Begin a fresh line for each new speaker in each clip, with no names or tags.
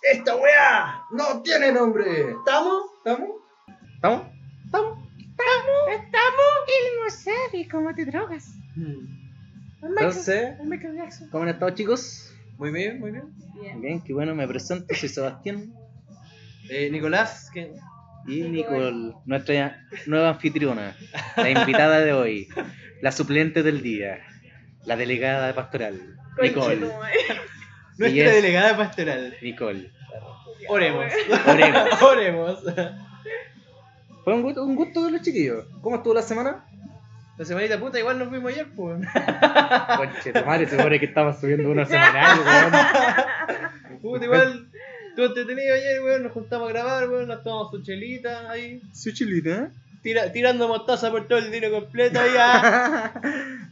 ¡Esta weá!
¡No tiene nombre!
¿Estamos?
¿Estamos? ¿Estamos? ¿Estamos?
Estamos y no sé cómo te drogas.
Hmm.
Un Michael-
Entonces-
un Michael Jackson.
¿Cómo han estado, chicos?
Muy bien, muy bien.
Bien.
Bien, qué bueno, me presento. Soy Sebastián
Eh, Nicolás, ¿qué?
y Nicole, nuestra nueva anfitriona, la invitada de hoy, la suplente del día, la delegada pastoral, Nicole.
nuestra
Y es-
delegada pastoral.
Nicole.
Oremos.
Oremos.
Oremos.
Fue un gusto, un gusto verlos, chiquillos. ¿Cómo estuvo la semana?
La semanita puta, igual nos vimos ayer, pues.
Conche, tu madre, supone que estaba subiendo uno semanal, weón.
Puta, igual. Estuvo entretenido ayer, weón. Nos juntamos a grabar, weón. Nos tomamos su chelita ahí.
Su chilita.
Tira- tirando mostaza por todo el dinero completo ahí. ah.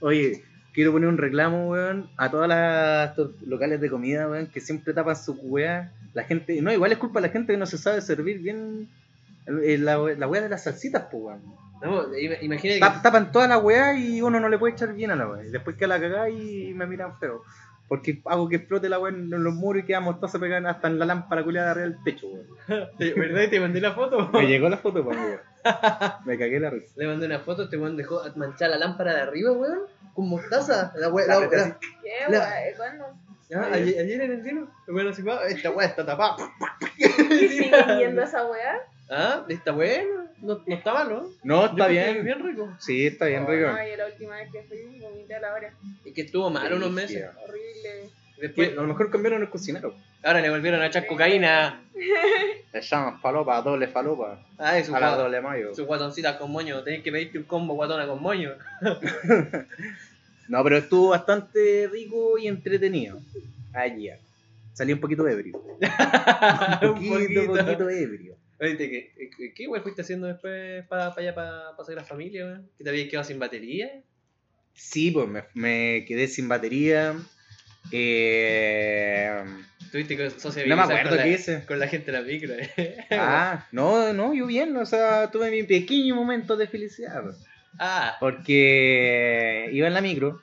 Oye, quiero poner un reclamo, weón, a todas las to- locales de comida, weón, que siempre tapan su weá. La gente, no, igual es culpa de la gente que no se sabe servir bien eh, la, la weá de las salsitas, pues, weón.
No, im- imagínate
Tap- tapan toda la weá y uno no le puede echar bien a la weá. Y Después queda la cagada y me miran feo. Porque hago que explote la weá en los muros y queda mostaza pegada hasta en la lámpara culiada de arriba del techo, weón.
que. Eh, ¿Verdad? ¿Te mandé la foto?
Me llegó la foto, weón, weón. Me cagué la risa.
Le mandé una foto, este weón dejó manchar la lámpara de arriba, weón. Con mostaza. La weón.
La-
La, la-
¿Qué,
La-
guay? ¿Cuándo?
Ah, ayer, ayer en el cielo, el weón así, "Ah, esta weá está tapada.
¿Y siguen viendo esa weá?
Ah, está bueno, no, no está malo.
No,
Yo
está
creo que es
bien.
Bien rico.
Sí, está bien,
No,
Rico.
yo la última vez que fui vomité a la hora.
Y que estuvo mal unos meses.
Horrible.
Que
Después,
a lo mejor cambiaron el cocinero.
ahora le volvieron a echar cocaína.
Le llaman falopa, doble falopa.
Ah, su,
a la
guat-
doble mayo.
su guatoncita con moño. Tenés que pedirte un combo guatona con moño.
No, pero estuvo bastante rico y entretenido. Ayer. Salí un poquito ebrio.
un
poquito, poquito ebrio.
Oíste, ¿qué- ¿qué, qué weón fuiste haciendo después para allá, para pasar la familia, weón? ¿Que te habías quedado sin batería?
Sí, pues me, me quedé sin batería. Eh,
Tuviste que sociabilizar
no me acuerdo
con,
qué
la,
hice.
con la gente de la micro, eh.
Ah, no, no, yo bien. O sea, tuve mi pequeño momento de felicidad. pues.
Ah,
Porque iba en la micro.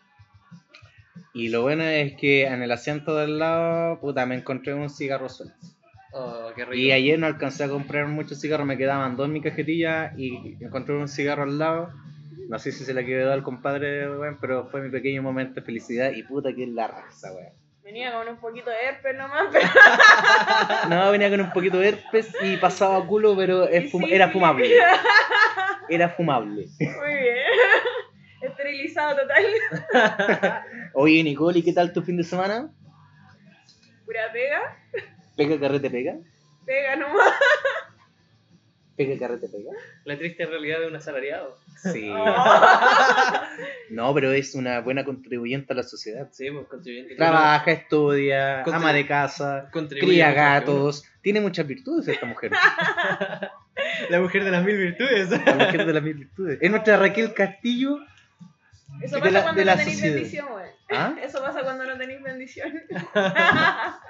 Y lo bueno es que en el asiento del lado, puta, me encontré un cigarro suelto.
oh, qué rico.
Y ayer no alcancé a comprar muchos cigarros, me quedaban dos en mi cajetilla y encontré un cigarro al lado. No sé si se la quedó al compadre, weón, pero fue mi pequeño momento de felicidad y puta que es la raza, weón.
Venía con un poquito de herpes nomás, pero
No, venía con un poquito de herpes y pasaba a culo, pero es fum-
Sí, sí.
era fumable. Era fumable.
muy bien. Esterilizado total.
Oye, Nicole, ¿y qué tal tu fin de semana?
Pura pega.
Pega, carrete, pega.
Pega nomás.
Pega, carrete, pega.
La triste realidad de un asalariado.
Sí.
Oh.
No, pero es una buena contribuyente a la sociedad.
Sí, pues contribuyente.
Trabaja, estudia,
Contribu-
ama de casa.
Contribuye
cría
mucho,
gatos, tiene muchas virtudes esta mujer.
¿no? La mujer de las mil virtudes.
La mujer de las mil virtudes. Es nuestra Raquel Castillo.
Eso
De
pasa
la-
cuando
de la
no tenéis
sociedad.
bendición, weón.
¿Ah?
Eso pasa cuando no tenéis bendición.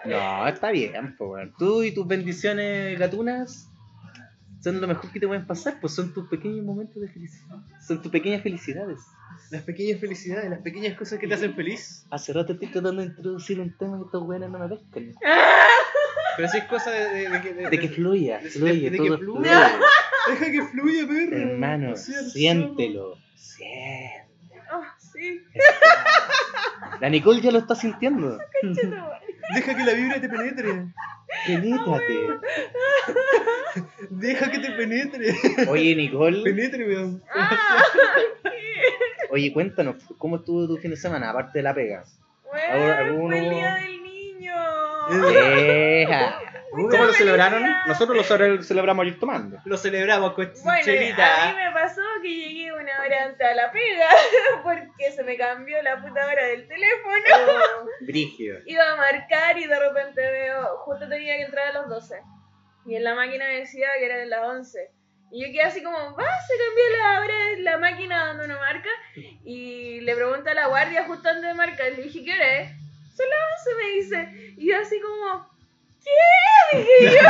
No, está bien, po, weón. Tú y tus bendiciones gatunas son lo mejor que te pueden pasar, pues son tus pequeños momentos de felicidad. Son tus pequeñas felicidades.
Las pequeñas felicidades, las pequeñas cosas que te hacen feliz.
Hace rato estoy tratando de introducir un tema y estos weones no me pescan.
Pero si es cosa de, de- de que. de-
De que
de-
fluya,
de- de-
fluye,
de que
todo
fluya.
fluye.
Deja que fluya, perro.
Hermano,
Así es,
siéntelo. Siéntelo.
Oh, sí.
La Nicole ya lo está sintiendo.
Chuta, weón.
Deja que la vibra te penetre.
Penétrate.
Deja que te penetre.
Oye, Nicole.
Penetre, weón.
Ah, sí.
Oye, cuéntanos, ¿cómo estuvo tu fin de semana? Aparte de la pega. Ahora,
Weón, fue el
alguno-
día del niño.
Deja. ¿Cómo lo
felicidad.
celebraron? Nosotros lo sobre- celebramos ayer tomando.
Lo celebramos con
Bueno, a mí
chelita.
me pasó que llegué una hora antes a la pega porque se me cambió la puta hora del teléfono.
Oh, Brígido.
Iba a marcar y de repente veo, justo tenía que entrar a las 12. Y en la máquina decía que era de las 11. Y yo quedé así como, va, se cambió la hora de la máquina donde uno marca. Y le pregunto a la guardia justo antes de marcar, le dije, ¿qué hora es? Son las 11, me dice. Y yo así como, ¿qué? Dije yo.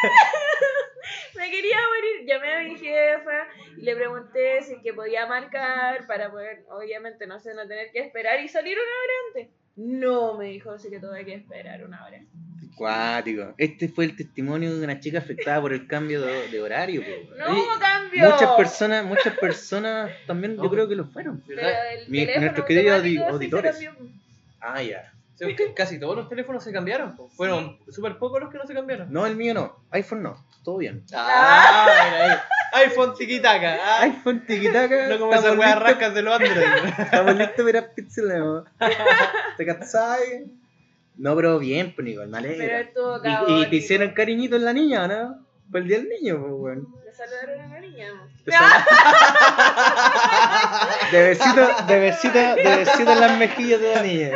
¿Qué? Me quería morir. Llamé a mi jefa y le pregunté si es que podía marcar para poder, obviamente, no sé, no tener que esperar y salir una hora antes. No, me dijo, así que tuve que esperar una hora.
Cuático. Este fue el testimonio de una chica afectada por el cambio de, de horario. po, weón.
No
Y
hubo cambio.
Muchas personas, muas personas también yo
No.
creo que lo fueron.
Pero
¿Verdad?
el
Mi-
teléfono
nuestros queridos audi-
automático sí se
auditores.
cambió.
Ah, ya.
Sí, que casi todos los teléfonos se cambiaron. po. Fueron súper pocos los que no se cambiaron.
No, el mío no. iPhone no. Todo bien.
Ah, mira ahí. iPhone tiquitaca. Ah,
iPhone tiquitaca.
no como esas weas
listos-
rascas de los Android.
Estamos listos para el Pixel Lemo. ¿Te cansai? No, pero bien, pues Nicole, me
Pero
alegra.
estuvo
Y- Y,
caótico.
te hicieron cariñito en la niña, ¿o ¿no? Para el día del niño, pues, weón.
Le saludaron a la niña. mo.
Te sal- De besito, de besito, de besito en las mejillas de la niña.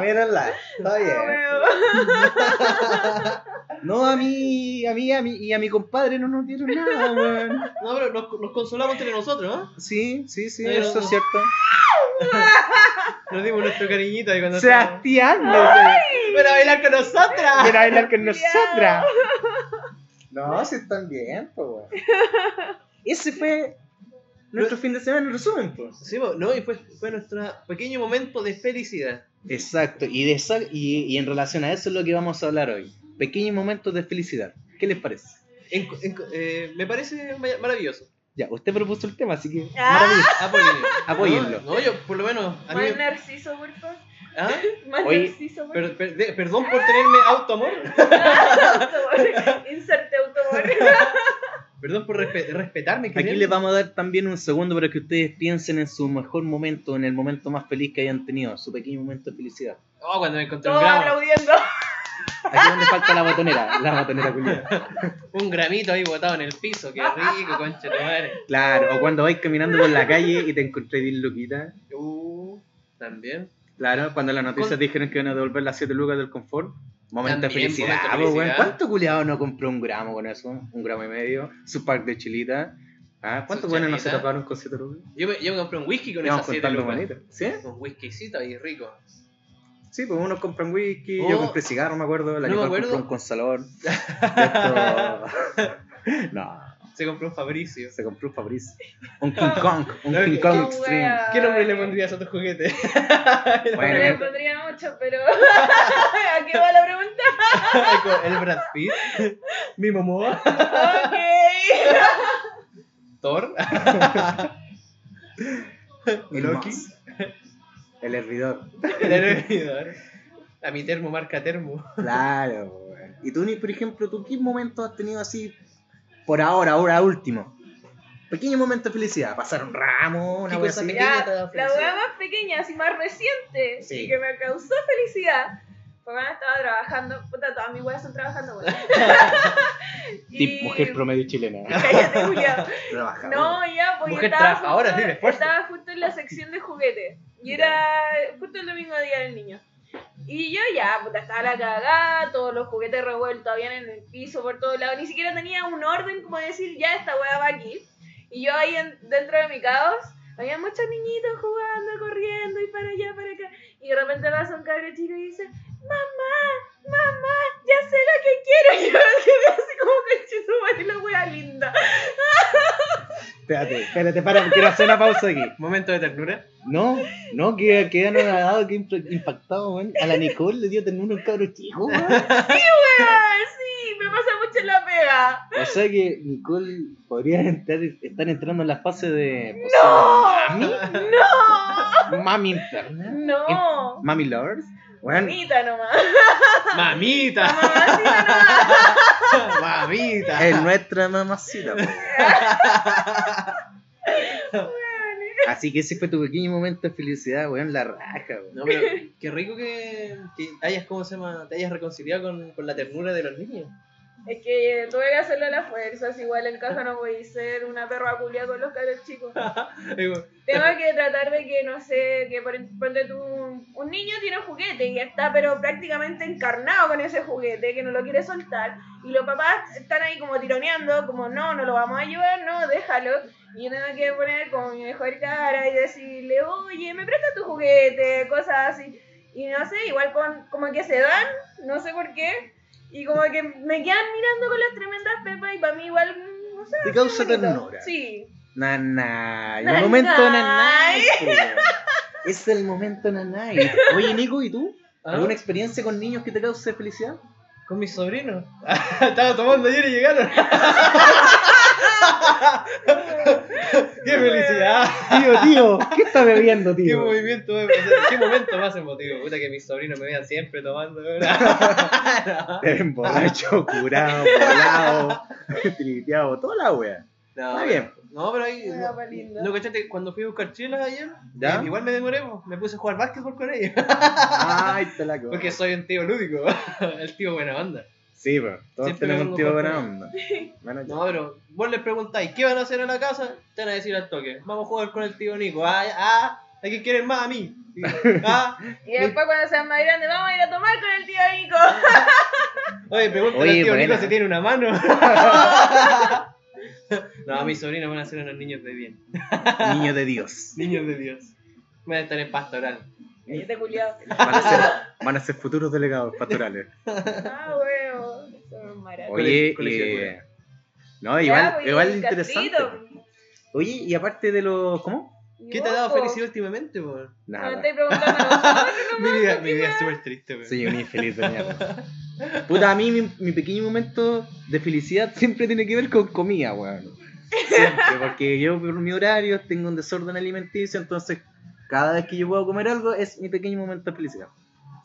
Mírala, está
Ah,
bien.
weón.
No, a mí, a mí, a mí, y a mi compadre no nos dieron nada, weón.
No, pero nos, nos consolamos entre nosotros, ¿ah? ¿no?
Sí, sí, sí,
Pero-
eso es cierto.
Nos dimos nuestro cariñito ahí cuando estábamos-
Sebastián, no sé.
¡Ven a bailar con nosotras!
Ven a bailar con
Culeado.
nosotras. No, si están bien, pues, weón. Ese fue nuestro fin de semana en resumen, pues.
Sí, po, no, y fue, fue nuestro pequeño momento de felicidad.
Exacto, y, de esa- y, y en relación a eso es lo que vamos a hablar hoy. Pequeños momentos de felicidad. ¿Qué les parece?
En- en- eh, me parece ma- maravilloso.
Ya, usted propuso el tema, así que...
Ah,
Apóyenlo.
Apóyenlo.
No, no, yo por lo menos. a mí-
Más narciso, por favor.
¿Ah?
Más
Oye,
narciso, por
Per- per- de- perdón por tenerme autoamor.
favor. Inserte automóvil.
Perdón por respe- respetarme.
Aquí
quererme.
les vamos a dar también un segundo para que ustedes piensen en su mejor momento, en el momento más feliz que hayan tenido, su pequeño momento de felicidad.
Oh, cuando me encontré un
Todo
gramo.
aplaudiendo.
Aquí es donde falta la botonera, la botonera culiada.
Un gramito ahí botado en el piso. Qué rico, concha de madre.
Claro, o cuando vais caminando por la calle y te encontré bien loquita.
Uh, también.
Claro, cuando las noticias
Con-
dijeron que iban a devolver las 7 lucas del confort. Momento de
También,
felicidad,
momento de
po, weón.
felicidad.
¿Cuánto culiado no compró un gramo con eso? Un gramo y medio. Su pack de chilita. Ah, ¿Cuántos
Su
buenos no se
chelita.
taparon con 7 lucas?
Yo me, yo me compré un whisky con
Íbamos
esas siete
contando
lucas.
manito. ¿Sí?
Un whiskycito ahí rico.
Sí, pues unos compran whisky,
Oh.
yo compré cigarro, me acuerdo, la
No me
Nicole
acuerdo.
compró un consalor. Esto- no,
Se compró un Fabricio.
se compró un Fabrice. Un King Kong, un
No,
King
que-
Kong
que-
Extreme.
¿Qué nombre le pondrías a tu juguete?
Yo le
Bueno,
pondría mucho, pero. ¿A qué va la pregunta?
el Brad Pitt. Mi mamá.
Ok.
Thor.
el
Loki.
Moss. El hervidor.
El hervidor. A mi termo marca termo.
Claro, weón. Y tú, Ni, por ejemplo, ¿tú qué momentos has tenido así por ahora, ahora último? Pequeño momento de felicidad, pasar un ramo, una
¿Qué
cosa
cosa
así.
Ya,
pequeña te da
la
felicidad?
hueá más pequeña, así más reciente,
Sí.
y que me causó felicidad, fue cuando estaba trabajando. Puta, todas mis weas son trabajando, weón.
Tip mujer promedio chilena.
Cállate, Julián.
Trabaja, weón.
No, ya, porque
Mujer
estaba,
trabajadora,
justo,
sí, me esfuerzo.
estaba justo en la sección de juguetes. Y era justo el domingo día del niño. Y yo ya, puta, estaba la cagada, todos los juguetes revueltos habían en el piso por todos lados. Ni siquiera tenía un orden como decir, ya, esta weá va aquí. Y yo ahí en- dentro de mi caos, había muchos niñitos jugando, corriendo y para allá, para acá. Y de repente pasa un cabro chico y dice, mamá, mamá, ya sé lo que quiero. Y yo me quedé así como conchetumare, la weá linda.
Espérate, espérate, para, quiero hacer una pausa aquí.
Momento de ternura.
No, no, que que anonadado, que imp- impactado, weón. A la Nicole le dio ternura un cabro chico, weón.
Ah, sí, me pasa mucho en la pega.
O sea que Nicole podría entrar, estar entrando en la fase de. pues, Mami, mami interna,
No.
mami lovers. Weón,
Mamita nomás.
Mamita.
Mamacita nomás.
Mamita.
es nuestra mamacita, weón. Así que ese fue tu pequeño momento de felicidad, weón, la raja, weón.
No, pero qué rico que, que hayas, ¿cómo se llama? Te hayas reconciliado con, con la ternura de los niños.
Es que tuve que hacerlo a las fuerzas. Igual en casa no podía ser una perra culia con los cabros chicos.
Digo,
Tengo que tratar de que, no sé, que por, ponte tú, un niño tiene un juguete y está pero prácticamente encarnado con ese juguete, que no lo quiere soltar, y los papás están ahí como tironeando, como no, no lo vamos a ayudar, no, déjalo. Y yo tengo que poner como mi mejor cara y decirle, oye, me presta tu juguete, cosas así. Y no sé, igual con- como que se dan, no sé por qué, y como que me quedan mirando con las tremendas pepas y para mí igual, mm, no sé.
Te causa
bonito.
ternura.
Sí.
Nanay, el
Nanay.
momento nanay, po, weón. Es el momento nanay. Oye, Nico, ¿y tú?
¿ah?
¿Alguna experiencia con niños que te cause felicidad?
Con mis sobrinos. Estaba tomando ayer y llegaron. ¡Qué felicidad!
Tío, tío, ¿qué está bebiendo,
¡Qué
tío?
movimiento! más- ¡Qué momento más emotivo! Puta que mis sobrinos me vean siempre tomando. weón.
Te ven borracho, curado, volado, triteado, toda la wea.
No,
Está bien.
No, pero ahí.
Una guapa linda.
No, cachate, cuando fui a buscar chelas ayer,
¿Ya?
eh, igual me demoré, po. me puse a jugar básquetbol con ellos.
Ay, te la
Porque soy un tío lúdico, el tío buena onda.
Sí, pero todos
Siempre
tenemos
me
un tío
pongo
buena
con-
onda. Bueno,
No, pero vos les preguntáis, ¿qué van a hacer a la casa? Te van a decir al toque, vamos a jugar con el tío Nico. Ah, ah, ¿a qué quieren más a mí? Ah,
Y después cuando sean más grandes, vamos a ir a tomar con el tío Nico.
oye, pregúntale
Oye,
al tío
buena.
Nico si tiene una mano. no, mis sobrinos van a ser unos niños de bien,
Niño de Dios.
niños de Dios. Van a estar en pastoral.
Este culiado.
Van a ser, van a ser futuros delegados pastorales.
Ah, huevo. Son un maratón.
Oye,
Colegio de
eh, no, igual,
Ya, pues,
igual
el
interesante.
Castrito.
Oye, y aparte de los. ¿Cómo?
Y
¿Qué te
vos,
ha dado
po.
felicidad últimamente, po?
No me
Nada.
estáis preguntando a nosotros.
Mi vida, mi vida es súper triste, weón.
Soy un infeliz de mierda. Puta, a mí mi, mi pequeño momento de felicidad siempre tiene que ver con comida, weón. Siempre, porque yo por mi horario tengo un desorden alimenticio, entonces cada vez que yo puedo comer algo es mi pequeño momento de felicidad.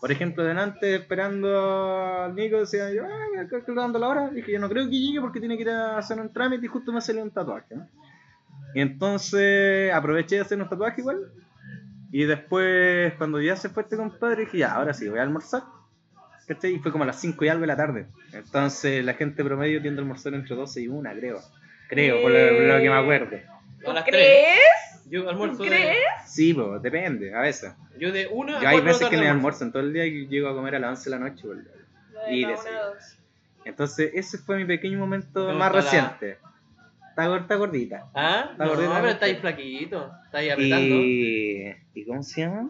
Por ejemplo, delante esperando al Nico, decía yo, ah, me calculando la hora, dije yo no creo que llegue porque tiene que ir a hacer un trámite y justo me salió un tatuaje. ¿no? Y entonces aproveché de hacer un tatuaje igual y después, cuando ya se fue este compadre, dije, ya, ahora sí, voy a almorzar. ¿Cachai? Y fue como a las 5 y algo de la tarde. Entonces, la gente promedio tiende a almorzar entre 12 y 1, creo. Creo, por lo, por lo que me acuerdo.
A las tres.
¿Crees?
Yo almuerzo de,
¿Crees?
Sí, pues, depende, a veces.
yo de una a
Yo hay
cuatro de la
veces que
tarde
me
almuerzo.
almuerzo en todo el día y llego a comer a las 11 de la noche. boludo. Y
No, no,
desayuno.
una, dos.
Entonces, ese fue mi pequeño momento
Me
más
gusta la-
reciente. Está gorda, gordita.
¿Ah?
La
No,
gordita
pero
no.
estáis flaquito, estáis apretando.
Y... ¿Y cómo se llama?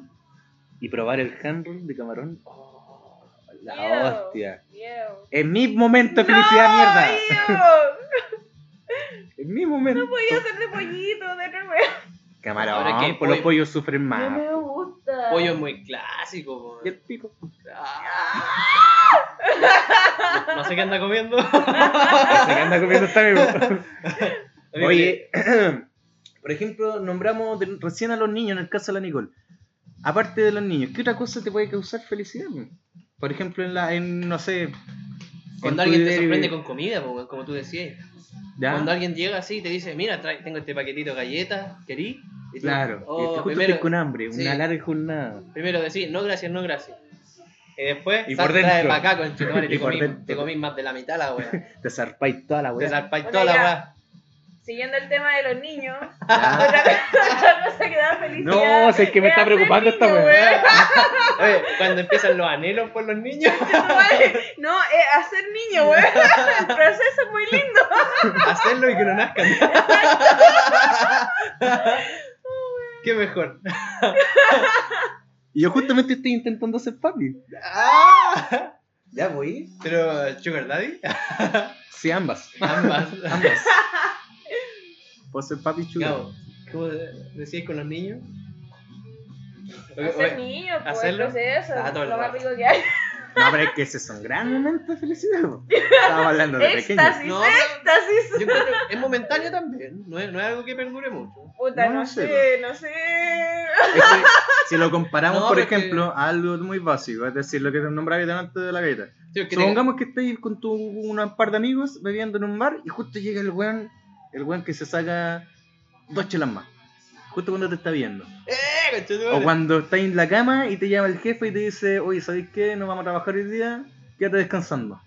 Y probar el hand roll de camarón. Oh, la
Ew,
hostia.
ew.
Es mi momento de felicidad,
¡No,
mierda.
ew!
Es mi momento.
No podía hacer de pollito, de otra wea.
Camarón,
Ahora es que
por los
pollo-
pollos sufren
No
más.
me gusta.
Pollo es muy clásico, po.
Y el pico.
Ah. No sé qué anda comiendo.
Se anda comiendo esta mismo.
Oye,
Oye, por ejemplo, nombramos de- recién a los niños, en el caso de la Nicole. Aparte de los niños, ¿qué otra cosa te puede causar felicidad? man? Por ejemplo, en la, en, no sé. en tu
Cuando alguien te
diario-
sorprende con comida, po, como tú decías.
¿Ya?
Cuando alguien llega así y te dice, mira, trae- tengo este paquetito de galletas, ¿querí? Y tú,
Claro,
oh,
que justo
primero,
estés con hambre,
sí.
una larga jornada.
primero decís, no gracias, no gracias. Y después,
Y
sal,
por dentro.
trae para acá con el chitomare,
Y
te,
por
comí-
dentro.
te comís más de la mitad la weá.
Te zarpáis toda la
Te
weá.
zarpáis
Bueno,
toda la
ya.
weá.
Siguiendo el tema de los niños,
Ya.
otra otra cosa que da felicidad.
No, sé que me
es
está
hacer
preocupando esta
niños,
weá.
weón.
Oye, cuando empiezan los anhelos por los niños,
No, es hacer niño, weón. El proceso es muy lindo.
hacerlo y que no nazcan. Qué mejor.
Y yo justamente estoy intentando ser papi. Ya voy.
Pero, ¿Sugar Daddy?
Sí, ambas.
Ambas.
Ambas. Puedo ser papi chulo.
Gabo, ¿Cómo de- decís con los niños? Oye,
Hacer
oye,
niño, pues
hacerlo.
el proceso.
Ah, todo el
lo más
rato.
rico que hay.
No, pero es que ese es un gran momento de felicidad. po. Estábamos hablando de pequeño.
Éxtasis,
No,
éxtasis.
yo encuentro- es momentáneo también, no es, no es algo que perdure mucho.
Puta,
No,
no,
no sé,
sé, no sé.
Es que si lo comparamos,
No,
por
porque-
ejemplo, a algo muy básico, es decir, lo que te nombraba delante de la galleta.
Sí, que
Supongamos que estáis con tu, un par de amigos bebiendo en un bar y justo llega el weón, el weón que se saca dos chelas más. Justo cuando te está viendo.
tenga- ¡Eh, conchetumare!
O cuando estáis en la cama y te llama el jefe y te dice, oye, ¿sabéis qué? No vamos a trabajar hoy día, quédate descansando.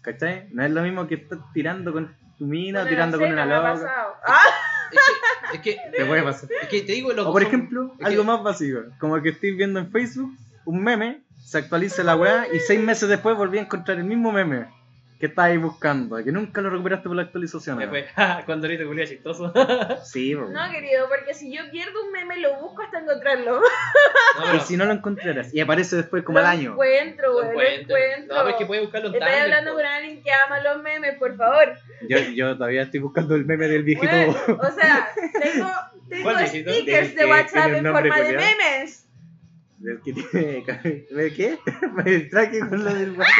¿Cachai? No es lo mismo que estar tirando con tu mina,
Bueno,
tirando
no sé,
con una
no me ha
loca.
pasado. Ah,
Es que,
Te puede pasar.
es que te digo, los
O por ejemplo,
es que-
algo más básico, como que estéis viendo en Facebook un meme, se actualiza la weá y seis meses después volví a encontrar el mismo meme que estabais buscando, que nunca lo recuperaste por la actualización. ¿no?
cuando ahorita culia chistoso.
Sí, bro.
no, querido, porque si yo pierdo un meme, lo busco hasta encontrarlo.
No,
Y
pero-
si no lo encontraras y aparece después como
lo
al año.
encuentro,
lo
weón, lo
encuentro.
encuentro.
No, pero es que puedes buscarlo en
Estoy
Tumblr,
hablando
po.
con alguien que ama los memes, por favor.
Yo, yo todavía estoy buscando el meme del viejito.
Weón, o sea, tengo, tengo
¿Cuál viejito?
stickers
Del
de
que
WhatsApp
tiene
en
un nombre
forma de
culiao.
memes.
Del que tiene- ¿De qué? Me distraje con lo del WhatsApp.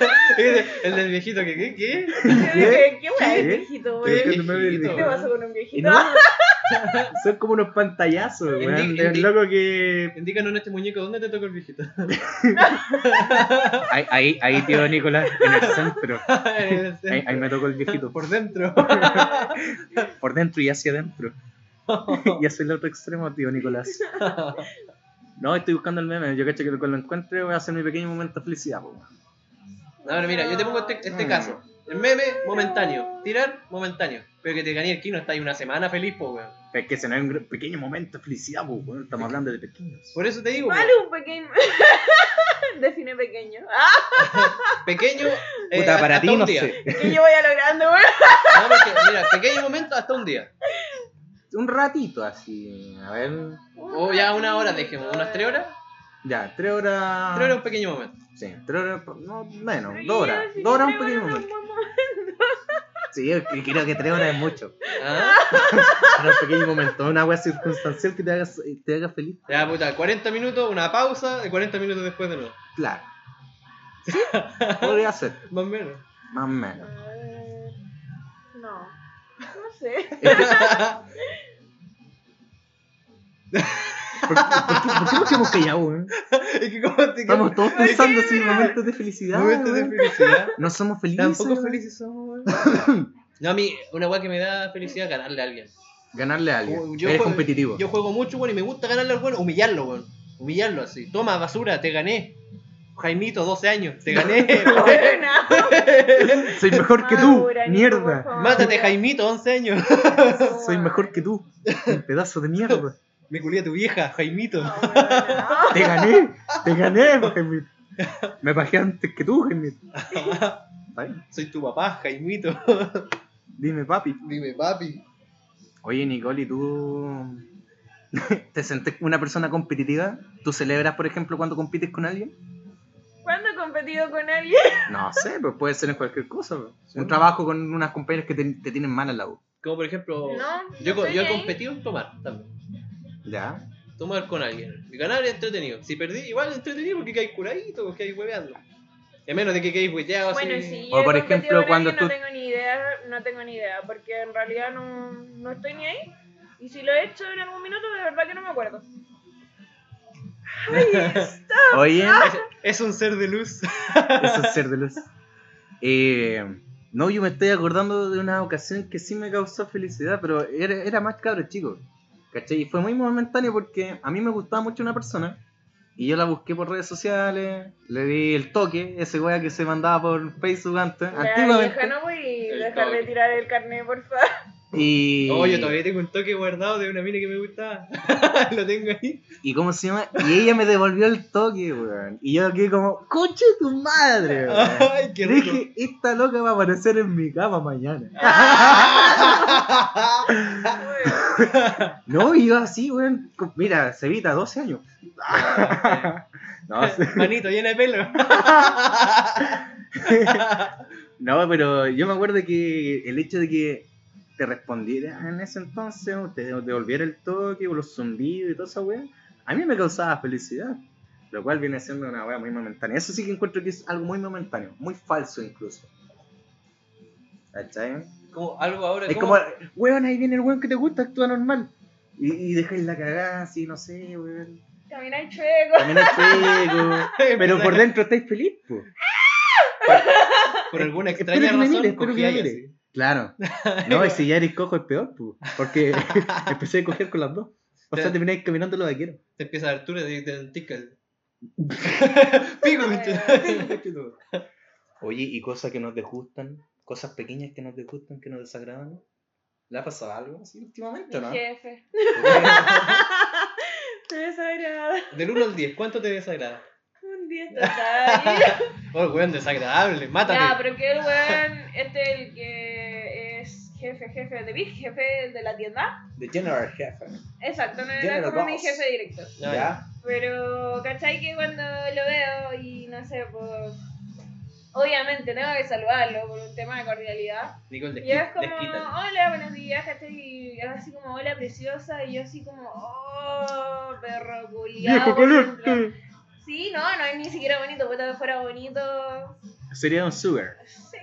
El del viejito que, ¿qué? ¿Qué?
¿Qué, qué weá es
¿Qué?
viejito,
¿Qué?
weón?
Creo que el meme del
viejito,
¿Qué
viejito.
pasó con un
Y
viejito?
no, son como unos pantallazos, weón.
Indi-
De un
indi-
loco que.
Indícanos en este muñeco dónde te tocó el viejito.
Ahí, ahí, ahí, tío Nicolás, en el centro.
En el
Ahí, ahí
centro.
me tocó el viejito.
Por dentro.
Por dentro y hacia adentro. Y hacia el otro extremo, tío Nicolás. No, estoy buscando el meme. Yo cacho que cuando lo encuentre voy a hacer mi pequeño momento de felicidad, po, weón.
No, pero mira, yo te pongo este, este
Mm.
caso. El meme, momentáneo. Tirar, momentáneo. Pero que te gané el kino, está ahí una semana feliz, po, weón.
Es que ese no es un gr- pequeño momento de felicidad, po, weón. Estamos hablando de pequeños.
Por eso te digo,
¿Cuál
weón,
es un pequeño? Define pequeño. Ah,
pequeño. eh,
Puta, para
hasta
ti
un
no
día.
sé.
que yo vaya logrando, weón.
No, porque, mira, pequeño momento hasta un día.
Un ratito así. A ver.
O Oh, ya una hora, dejemos, unas tres horas.
Ya, tres horas.
Tres horas un pequeño momento.
Sí, tres horas. No, menos.
Pero
Dos
ya,
horas.
si
Dos horas un
tres
pequeño
horas
momento.
no es un buen momento.
Sí, yo que- creo que tres horas es mucho.
Ah,
Para un pequeño momento, una wea circunstancial que te haga, te haga feliz.
Ya, puta, 40 minutos, una pausa, y 40 minutos después de nuevo.
Claro. Sí, podría ser.
Más o menos.
Más o menos.
Eh, No. No sé.
¿Por, qué- por qué, por qué nos quedamos callados, weón?
Es que como te
Estamos todos
¿Por qué,
pensando así en
weón?
momentos de felicidad.
momentos de
weón.
felicidad.
No somos felices.
Tampoco
weón.
felices somos. No, a mí, una weá que me da felicidad es ganarle a alguien.
Ganarle a alguien.
Yo
Eres
juego-
competitivo.
Yo juego mucho, weón, y me gusta ganarle al bueno, humillarlo, weón. Humillarlo así. Toma, basura, te gané. Jaimito, 12 años, te gané.
Buena.
Soy mejor que tú.
Madura, Nico, por
Mierda.
favor.
Mátate, Jaimito, 11 años.
Soy mejor que tú. un Pedazo de mierda.
Me culé a tu vieja, Jaimito.
No, weona,
Te gané, te gané, Jaime. Me bajé antes que tú, Jaime. Está bien.
Soy tu papá, Jaimito.
Dime, papi.
Dime, papi.
Oye, Nicole, ¿y tú te sentes una persona competitiva? ¿Tú celebras, por ejemplo, cuando compites con alguien?
no. ¿Cuándo he competido con alguien?
No sé, pues puede ser en cualquier cosa. pues.
Sí.
Un trabajo con unas compañeras que te, te tienen mal al lado.
Como por ejemplo,
No,
yo, co-
estoy
yo he
ahí.
competido en tomar también.
¿Ya?
Tomar con alguien. Y ganar es entretenido. Si perdí, igual es entretenido porque caes curadito, porque hay hueveando. A menos de que caes hueteado
Bueno,
así.
sí.
O,
he
por
competido
ejemplo,
con
cuando
alguien,
tú-
No tengo ni idea, no tengo ni idea, porque en realidad no, no estoy ni ahí. Y si lo he hecho en algún minuto, de verdad que no me acuerdo.
Oye,
Es, es un ser de luz.
eso es ser de luz. Eh, no, yo me estoy acordando de una ocasión que sí me causó felicidad, pero era, era más cabro chico. ¿Cachai? Y fue muy momentáneo porque a mí me gustaba mucho una persona. Y yo la busqué por redes sociales, le di el toque, ese weá que se mandaba por Facebook antes,
La
antiguamente.
vieja, no voy a
El
dejar de
toque.
tirar el carnet, por favor.
Y,
Oh, yo todavía tengo un toque guardado de una mina que me gustaba. Lo tengo ahí.
¿Y cómo se llama? Y ella me devolvió el toque, weón. Y yo quedé como, coche tu madre, weón.
Ay, qué rico.
Dije, esta loca va a aparecer en mi cama mañana. No, y yo así, weón. con- Mira, Cevita, 12 años.
Ah,
No,
Manito, llena de pelo.
no, pero yo me acuerdo que el hecho de que te respondiera en ese entonces, o te devolviera el toque, o los zumbidos y toda esa weá, a mí me causaba felicidad. Lo cual viene siendo una weá muy momentánea. Eso sí que encuentro que es algo muy momentáneo, muy falso incluso. ¿Cachai?
Como algo ahora.
Es como,
como-
weón, ahí viene el weón que te gusta, actúa normal. Y, y dejáis la cagada así, no sé, weón.
Camina el chueco.
También es feo. Pero por dentro estáis feliz, po.
Por alguna
eh, Espero
extraña
que me
razón,
mire, espero que me
confiáis
mire. Claro. No, y si ya eres cojo es peor, po, porque empecé a coger con las dos. O sea, termináis caminando los vaqueros.
así. Te empieza a dar altura y te dentica. Pico, bicho.
Oye, ¿y cosas que nos disgustan? ¿Cosas pequeñas que nos disgustan, que nos desagradan? ¿Le ha pasado algo así últimamente o no?
Jefe. Me desagrada.
Del 1 al 10, ¿cuánto te desagrada?
Un día total.
Oh, weón, desagradable,
Ah,
mátate.
ya, pero que el weón, este el que es jefe, jefe de Big, jefe de la tienda.
The General Jefe.
Exacto, no era
General
como mi
Boss.
jefe directo.
Ya,
Pero, ¿cachai? Que cuando lo veo y no sé, pues. Obviamente tengo que saludarlo por un tema de cordialidad.
Nicole, desqui-
Y es como,
desquítate.
hola, buenos días, ¿cachai? Y es así como, hola, preciosa. Y yo así como, oh, perro
¡Viejo
culiado.
caliente!
Sí, no, no es ni siquiera bonito, puta que fuera bonito.
Sería un sugar.
Sí.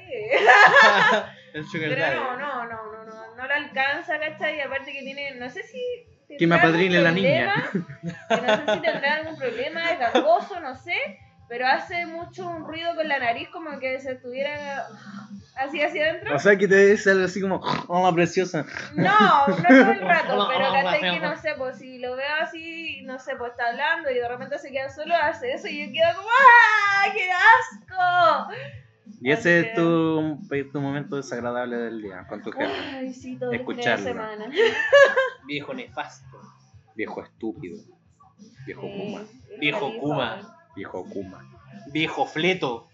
El sugar
Pero
daddy.
no, no, no, no, no, no le alcanza, ¿cachai? Y aparte que tiene, no sé si... tendrá
Que me apadrine
algún
la niña.
problema, que No sé si tendrá algún problema, es gangoso, no sé, pero hace mucho un ruido con la nariz como que se estuviera así hacia adentro.
O sea, que te dice algo así como, hola preciosa.
No, no todo el rato,
Hola,
pero
hola,
¿cachai? Que
hola.
no sé, pues si lo veo así, no sé, pues está hablando y de repente se queda solo, hace eso y yo quedo como ¡Ah! ¡Qué asco!
Y ese es tu, es tu momento desagradable del día con tu jefe.
Ay, sí, todo el fin de la
Escucharlo.
semana.
Viejo nefasto.
Viejo estúpido. Viejo Kuma.
Sí,
Viejo
hijo,
Kuma.
hijo.
Viejo Kuma.
Viejo fleto.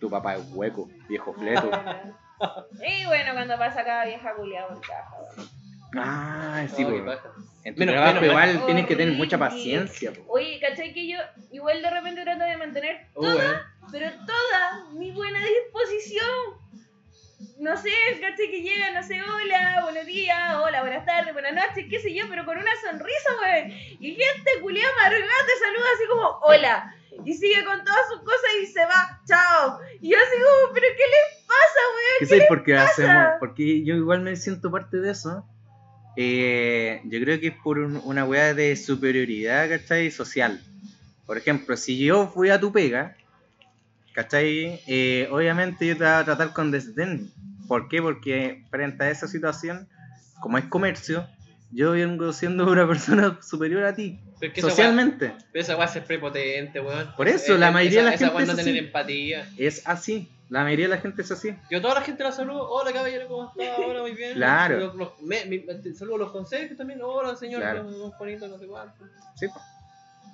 Tu papá es hueco. Viejo fleto.
Y bueno, cuando pasa cada vieja culiada por caja. bueno.
Ah, sí,
Oh, qué
pues.
paja.
En tu
Menos-
trabajo
menos mal.
igual tienes que tener mucha
Horrible.
paciencia. po.
Oye, ¿cachai que yo igual de repente trato de mantener
Uh,
toda,
eh.
pero toda mi buena disposición? No sé, ¿cachai que llega, no sé, hola, buenos días, hola, buenas tardes, buenas noches, qué sé yo, pero con una sonrisa, weón. Y gente culiada amargada te saluda así como, hola. Y sigue con todas sus cosas y se va, chao. Y yo así como, ¿pero qué les pasa, weón?
¿Qué sabes por qué hacemos? Porque yo igual me siento parte de eso. Eh, yo creo que es por un- una weá de superioridad, ¿cachai? Social. Por ejemplo, si yo fui a tu pega, ¿cachai? Eh, obviamente yo te voy a tratar con desdén. ¿Por qué? Porque frente a esa situación, como es comercio, yo vengo siendo una persona superior a ti,
Pero es que esa
socialmente.
weá- pero esa weá es prepotente, weón.
Por eso, la mayoría de la gente
esa, Esa weá no
es
tener
así.
empatía.
Es así. La mayoría de la gente es así.
Yo a toda la gente la saludo. Hola, caballero, ¿cómo está? Hola, muy bien.
Claro.
Los- los- me- mi- te saludo a los consejos también. Hola, señor.
Claro.
Don don Juanito, no sé cuánto.
Sí, po.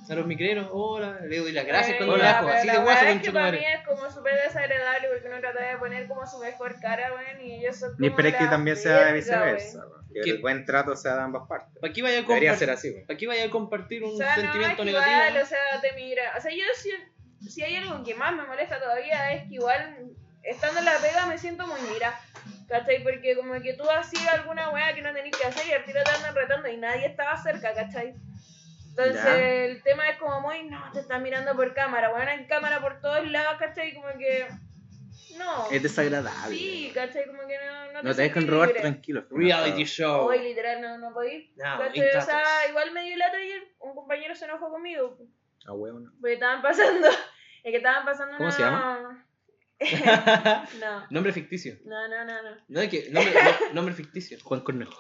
Saludos, migrenos. Hola. Le doy las gracias cuando
Hola,
me bajo.
pero
Así
la
de
weá
guaso,
es
con
que
su
para mí
madre.
es como súper desagradable porque uno trata de poner como su mejor cara, weón, y yo soy como
Y espera que
la
también sea
verga,
viceversa. po. Que
Que-
el buen trato sea de ambas partes.
Para aquí vaya a
Debería
compartir.
ser así, po.
Para aquí vaya a compartir un
O sea, no, es
sentimiento
que igual,
negativo.
o sea, te migra. O sea, yo si, si hay algo que más me molesta todavía es que igual, estando en la pega, me siento muy mira. ¿Cachai? Porque como que tú hacías alguna weá que no tenías que hacer y al final te andan retando y nadie estaba cerca, ¿cachai? Entonces
Ya.
el tema es como muy, no, te están mirando por cámara, weón, hay cámara por todos lados, ¿cachai? Como que, no.
Es desagradable.
Sí, ¿cachai? Como que no, no,
No te dejan
sentís
robar
libre.
tranquilo.
Reality show.
Hoy literal no, no podís.
Ah,
No,
¿Cachai? O sea,
intratos.
igual me dio lata y un compañero se enojó conmigo.
A huevo, no.
Porque estaban pasando. Es que estaban pasando
¿Cómo
una.
se llama?
No,
Nombre ficticio.
no, no, no. No,
No, es que nombre, no- nombre ficticio.
Juan Cornejo.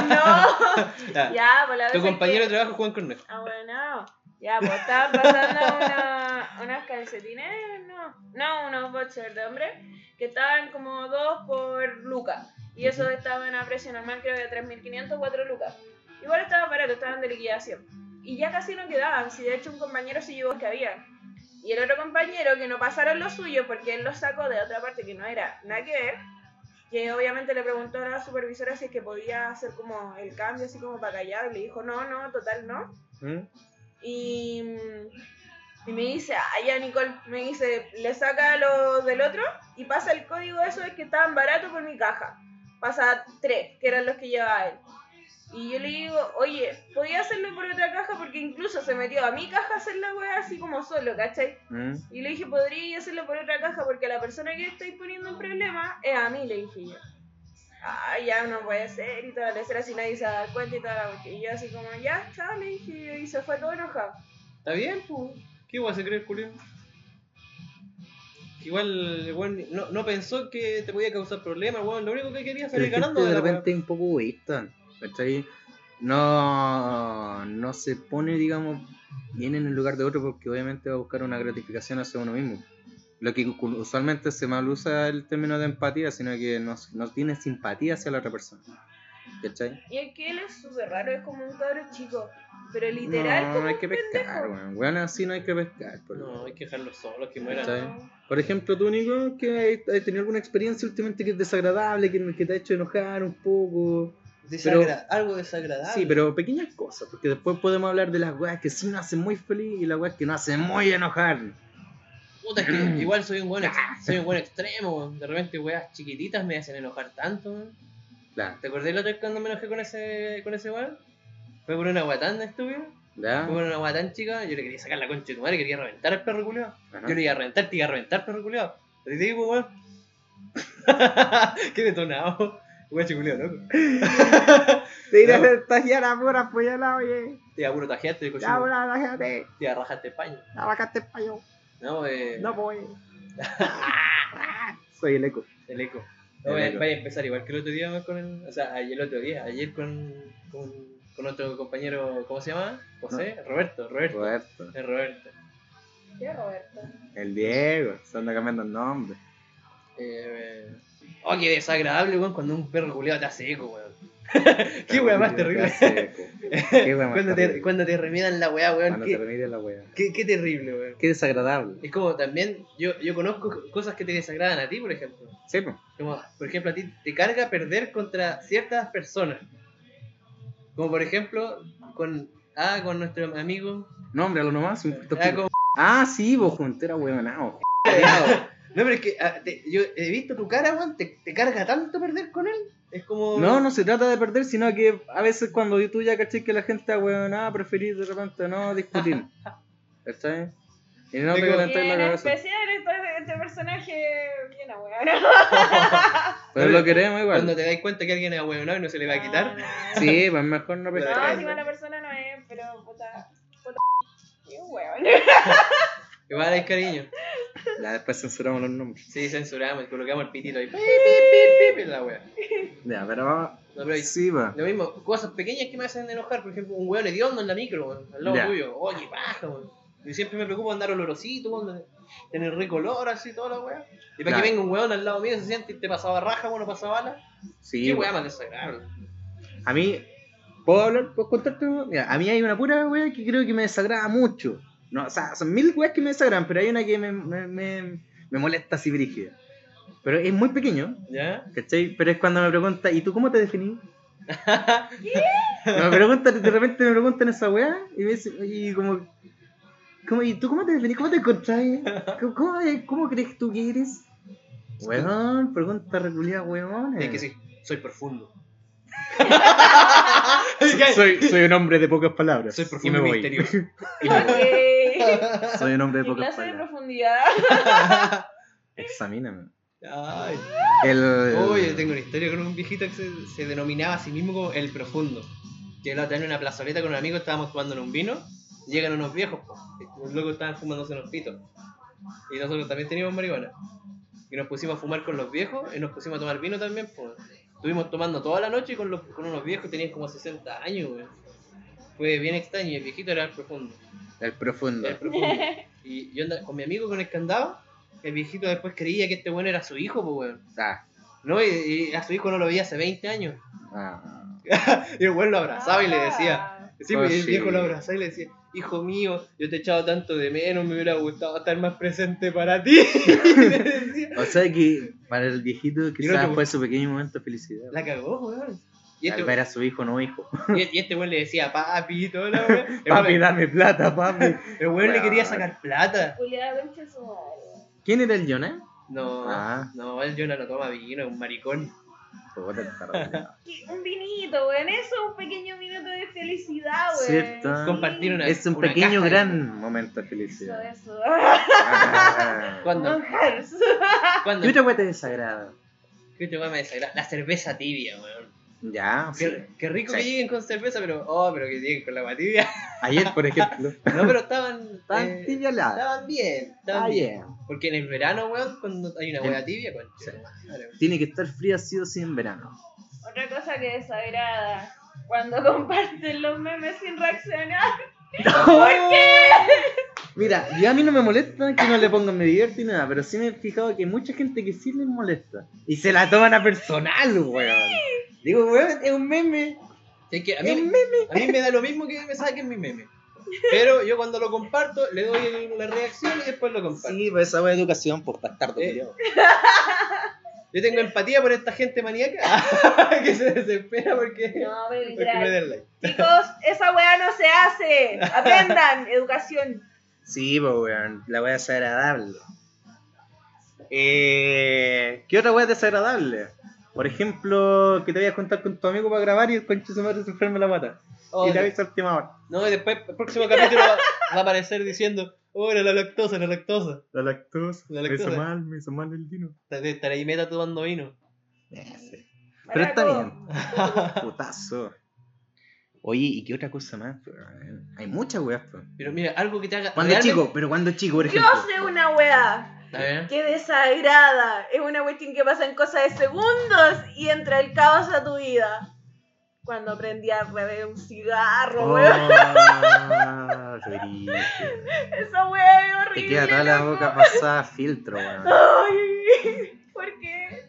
no.
Ya.
ya, por la vez
Tu
es
compañero de
que-
trabajo, Juan Cornejo.
Ah, bueno, no. Ya, pues estaban pasando una, unas calcetines, no. No, unos boxers de hombre. Que estaban como dos por lucas. Y esos estaban a precio normal, creo que de 3.500, 4 lucas. Igual estaba barato, estaban de liquidación. Y ya casi no quedaban, si de hecho un compañero se llevó los que había. Y el otro compañero que no pasaron los suyos porque él los sacó de otra parte que no era nada que ver, que obviamente le preguntó a la supervisora si es que podía hacer como el cambio, así como para callar. Le dijo, no, no, total no.
¿Mm?
Y, mm, y me dice, ah, ya Nicole, me dice, le saca los del otro y pasa el código de esos que estaban baratos por mi caja. Pasa tres, que eran los que llevaba él. Y yo le digo, oye, podía hacerlo por otra caja porque incluso se metió a mi caja a hacer la wea así como solo, ¿cachai?
¿Mm?
Y le dije, podría hacerlo por otra caja porque la persona que estoy poniendo en problema es a mí, le dije yo. Ah, ya no puede ser y toda la ser así nadie se va a dar cuenta y toda la cuestión. Y yo así como, ya, chao, le dije yo, y se fue todo enojado.
Está bien, pues. ¿Qué vas a creer, Julio? Igual, el weón no, no pensó que te podía causar problemas, weón. Lo único que quería es
Pero
salir
la gente
ganando de
de
la
repente es un poco egoísta. ¿Cachai? No, no se pone, digamos, bien en el lugar de otro porque obviamente va a buscar una gratificación hacia uno mismo. Lo que cu- usualmente se mal usa el término de empatía, sino que no, no tiene simpatía hacia la otra persona. ¿Cachai?
Y es que él es súper raro, es como un cabro chico. Pero literal,
No,
como
no hay
un
que pescar,
pendejo.
weón. Weón, así no hay que pescar. por
weá. No, hay que dejarlos solos, que mueran.
¿Cachai? Por ejemplo, tú, Nico, que has tenido alguna experiencia últimamente que es desagradable, que, que te ha hecho enojar un poco.
Desagra- Algo desagradable.
Sí, pero pequeñas cosas, porque después podemos hablar de las weas que sí nos hacen muy feliz y las weas que nos hacen muy enojar.
Puta, es que igual soy un buen, ex- soy un buen extremo, weón. De repente, weas chiquititas me hacen enojar tanto, weón.
Claro,
¿Te acordás la otra vez cuando me enojé con ese, con ese weón? Fue por una guatanda estúpida.
¿ya?
Fue por una guatán chica. Yo le quería sacar la concha de tu madre, quería reventar al perro culiao.
Ajá.
Yo le iba a reventar, te iba a reventar, perro culiao. Sí, pues, weón. Qué detonado. Weón, chiculeo, loco.
Te iré a
No.
hacer tajiana pura, pues ya la oye.
Te aburro tajeaste, cochino.
Ya, una, tajiate.
Te arrajaste paño.
La vacaste pa' yo.
No, eh.
No, pues.
Soy el eco.
El eco. No,
El
vaya,
eco.
vaya a empezar igual que el otro día weón, con el. O sea, ayer el otro día, ayer con. con, con otro compañero, ¿cómo se llama? José, Roberto, Roberto.
Roberto.
Es Roberto.
¿Qué, Roberto?
El Diego. Se anda cambiando el nombre.
Eh, oh, qué desagradable, weón, cuando un perro culeado te hace eco, weón. qué weón más terrible.
Qué weón más
Cuando te,
terrible.
cuando te remidan la weá, weón.
Cuando
qué,
te remite la weá.
qué- qué terrible, weón.
Qué desagradable.
Es como también, yo, yo conozco cosas que te desagradan a ti, por ejemplo.
Sí, pues.
Como, por ejemplo, a ti te carga perder contra ciertas personas. Como por ejemplo, con, ah, con nuestro amigo.
Nómbralo nomás. un puto
Ah, con-
Ah, sí, vos junto era huevonao.
No, pero es que ah, te- yo he visto tu cara, weón, te, te carga tanto perder con él. Es como.
No, no se trata de perder, sino que a veces cuando tú ya caché que la gente ah, está huevonada, preferís de repente no discutir. ¿Cachai? Y no te
Digo-
Y
calentáis la
en
cabeza.
especial este, este personaje bien abuelo.
Pero lo queremos
Cuando
igual.
te das cuenta que alguien es huevonado y no se le va a
No,
quitar.
no.
Sí, pues mejor no
Pero-
Ah, No,
pescar.
si mala persona no es, pero puta. puta qué hueón.
Que va a dar cariño.
Ya después censuramos los nombres.
Sí, censuramos y colocamos el pitito ahí. Pip, pip, pip, pip, en la wea.
Ya, pero vamos.
No, pero ahí-
Sí, va.
Lo mismo, cosas pequeñas que me hacen enojar, por ejemplo, un hueón hediondo en la micro, weón, al lado
Ya.
tuyo. Oye, paja, weón. Yo siempre me preocupo de andar olorosito, weón, tener rico olor así, toda la weá. Y para
Ya.
que venga un hueón al lado mío y se siente y te pasaba raja, bueno, pasaba bala.
Sí,
Qué
po.
weá más desagradable.
A mí, ¿puedo hablar? ¿Puedo contarte? weón? Mira, a mí hay una pura weá que creo que me desagrada mucho. No, o sea, son mil weas que me desagradan, pero hay una que me, me, me- me molesta así brígida. Pero es muy pequeño,
¿Ya?
¿cachai? Pero es cuando me preguntan, ¿y tú cómo te definís? me preguntan, de repente me preguntan esa weá y me dicen, y como, como, ¿y tú cómo te definís? ¿Cómo te encontrás? ¿Cómo, cómo, eh, cómo crees tú que eres? Weón, pregunta regular, weón.
Es que sí, soy profundo.
Soy, soy un hombre de pocas palabras.
Soy
y me
profundo y,
voy.
misterioso.
Y me voy.
Yay.
Soy un hombre de
¿Qué
pocas
clase de
palabras.
profundidad?
Examíname.
Ay.
El,
Uy, yo tengo una historia con un viejito que se, se denominaba a sí mismo como el profundo. Que la otra vez en una plazoleta con un amigo estábamos tomándonos un vino, llegan unos viejos, po, los locos estaban fumándose unos pitos. Y nosotros también teníamos marihuana. Y nos pusimos a fumar con los viejos y nos pusimos a tomar vino también. po. Estuvimos tomando toda la noche con, los- con unos viejos que tenían como 60 años, weón. Fue bien extraño y el viejito era el profundo.
el profundo.
Era el profundo. Y yo andaba con mi amigo con el candado, el viejito después creía que este weón era su hijo, pues weón.
Ah,
No, y, y a su hijo no lo veía hace 20 años.
ah.
Y el güey lo abrazaba y le decía.
Ah.
Sí, pues,
Ah,
el
sí.
viejo lo abrazaba y le decía, hijo mío, yo te he echado tanto de menos, me hubiera gustado estar más presente para ti. Y le decía.
O sea que para el viejito
no
quizás
te-
fue su pequeño momento de felicidad.
La cagó, weón. Y
Al
este,
ver a su hijo no hijo.
y- y este güey le decía, papi, y todo la weá. El
Papi,
güey-
dame plata, papi.
El güey le
Weón.
quería sacar plata.
Julián, concha su madre.
¿Quién era el eh? Jonah?
No,
Ah.
no, el Jonah no toma vino, es un maricón.
Puta, el tarado.
¿Qué? Un vinito, weón. Eso es un pequeño minuto de felicidad, weón.
Cierto.
Sí.
Compartir una-
Es un
una
pequeño
caja de-
gran momento de
Eso,
felicidad.
eso.
Ah.
Cuando,
Manjares.
cuando, este
Y otra wea te desagrada.
¿Qué te va a desagrada? La cerveza tibia, weón.
Ya, Ah, sí.
Qué, qué rico
Sí.
que lleguen con cerveza, pero, oh, pero que lleguen con la agua tibia.
Ayer, por ejemplo. Ah,
No, pero estaban.
Tan
eh,
tibialada.
Estaban bien,
Ah,
estaban bien.
Ayer.
Porque en el verano, weón, cuando hay una
El-
hueá tibia, pues, weón.
Sí.
madre, weón.
Tiene que estar fría sí o sí en verano.
Otra cosa que desagrada. Cuando comparten los memes sin reaccionar.
¿Por qué? Mira, yo a mí no me molesta que no le pongan me divierte ni nada, pero sí me he fijado que hay mucha gente que sí les molesta. Y se la toman a personal, weón. Digo, weón, es un meme.
Es que a, mí,
Es un meme.
a mí me da lo mismo que me saquen mis memes. Pero yo cuando lo comparto, le doy el- la reacción y después lo comparto.
Sí, pues esa weón de educación, pues bastardo,
Eh.
culiao.
Yo tengo empatía por esta gente maníaca que se desespera porque,
No, pero
porque me
literal.
den like.
Chicos, esa weá no se hace. Aprendan, educación.
Sí, pues weón, la weá es desagradable. Eh, ¿Qué otra weá es desagradable? Por ejemplo, que te vayas a contar con tu amigo para grabar y el concho de su madre se enferma la pata.
Oh,
y te avisa a última hora.
no, y después el próximo capítulo va, va a aparecer diciendo, Oh, la lactosa, la lactosa.
La lactosa.
La
Me hizo
lactosa.
mal, me hizo mal el vino.
Estaré ahí meta tomando vino.
Pero está
Maraco.
bien. Putazo. Oye, ¿y qué otra cosa más? weón? Hay muchas weas, pues.
Pero mira, algo que te haga.
Cuando
realmente-
chico, pero cuando chico, por
Yo
ejemplo.
sé una wea
Está bien.
que desagrada. Es una cuestión que pasa en cosas de segundos y entra el caos a tu vida. Cuando aprendí a beber un cigarro, weón.
Oh, qué brillo.
Esa wea es
Te
horrible.
queda toda la
loco.
boca pasada a filtro, weón.
Ay, ¿por qué?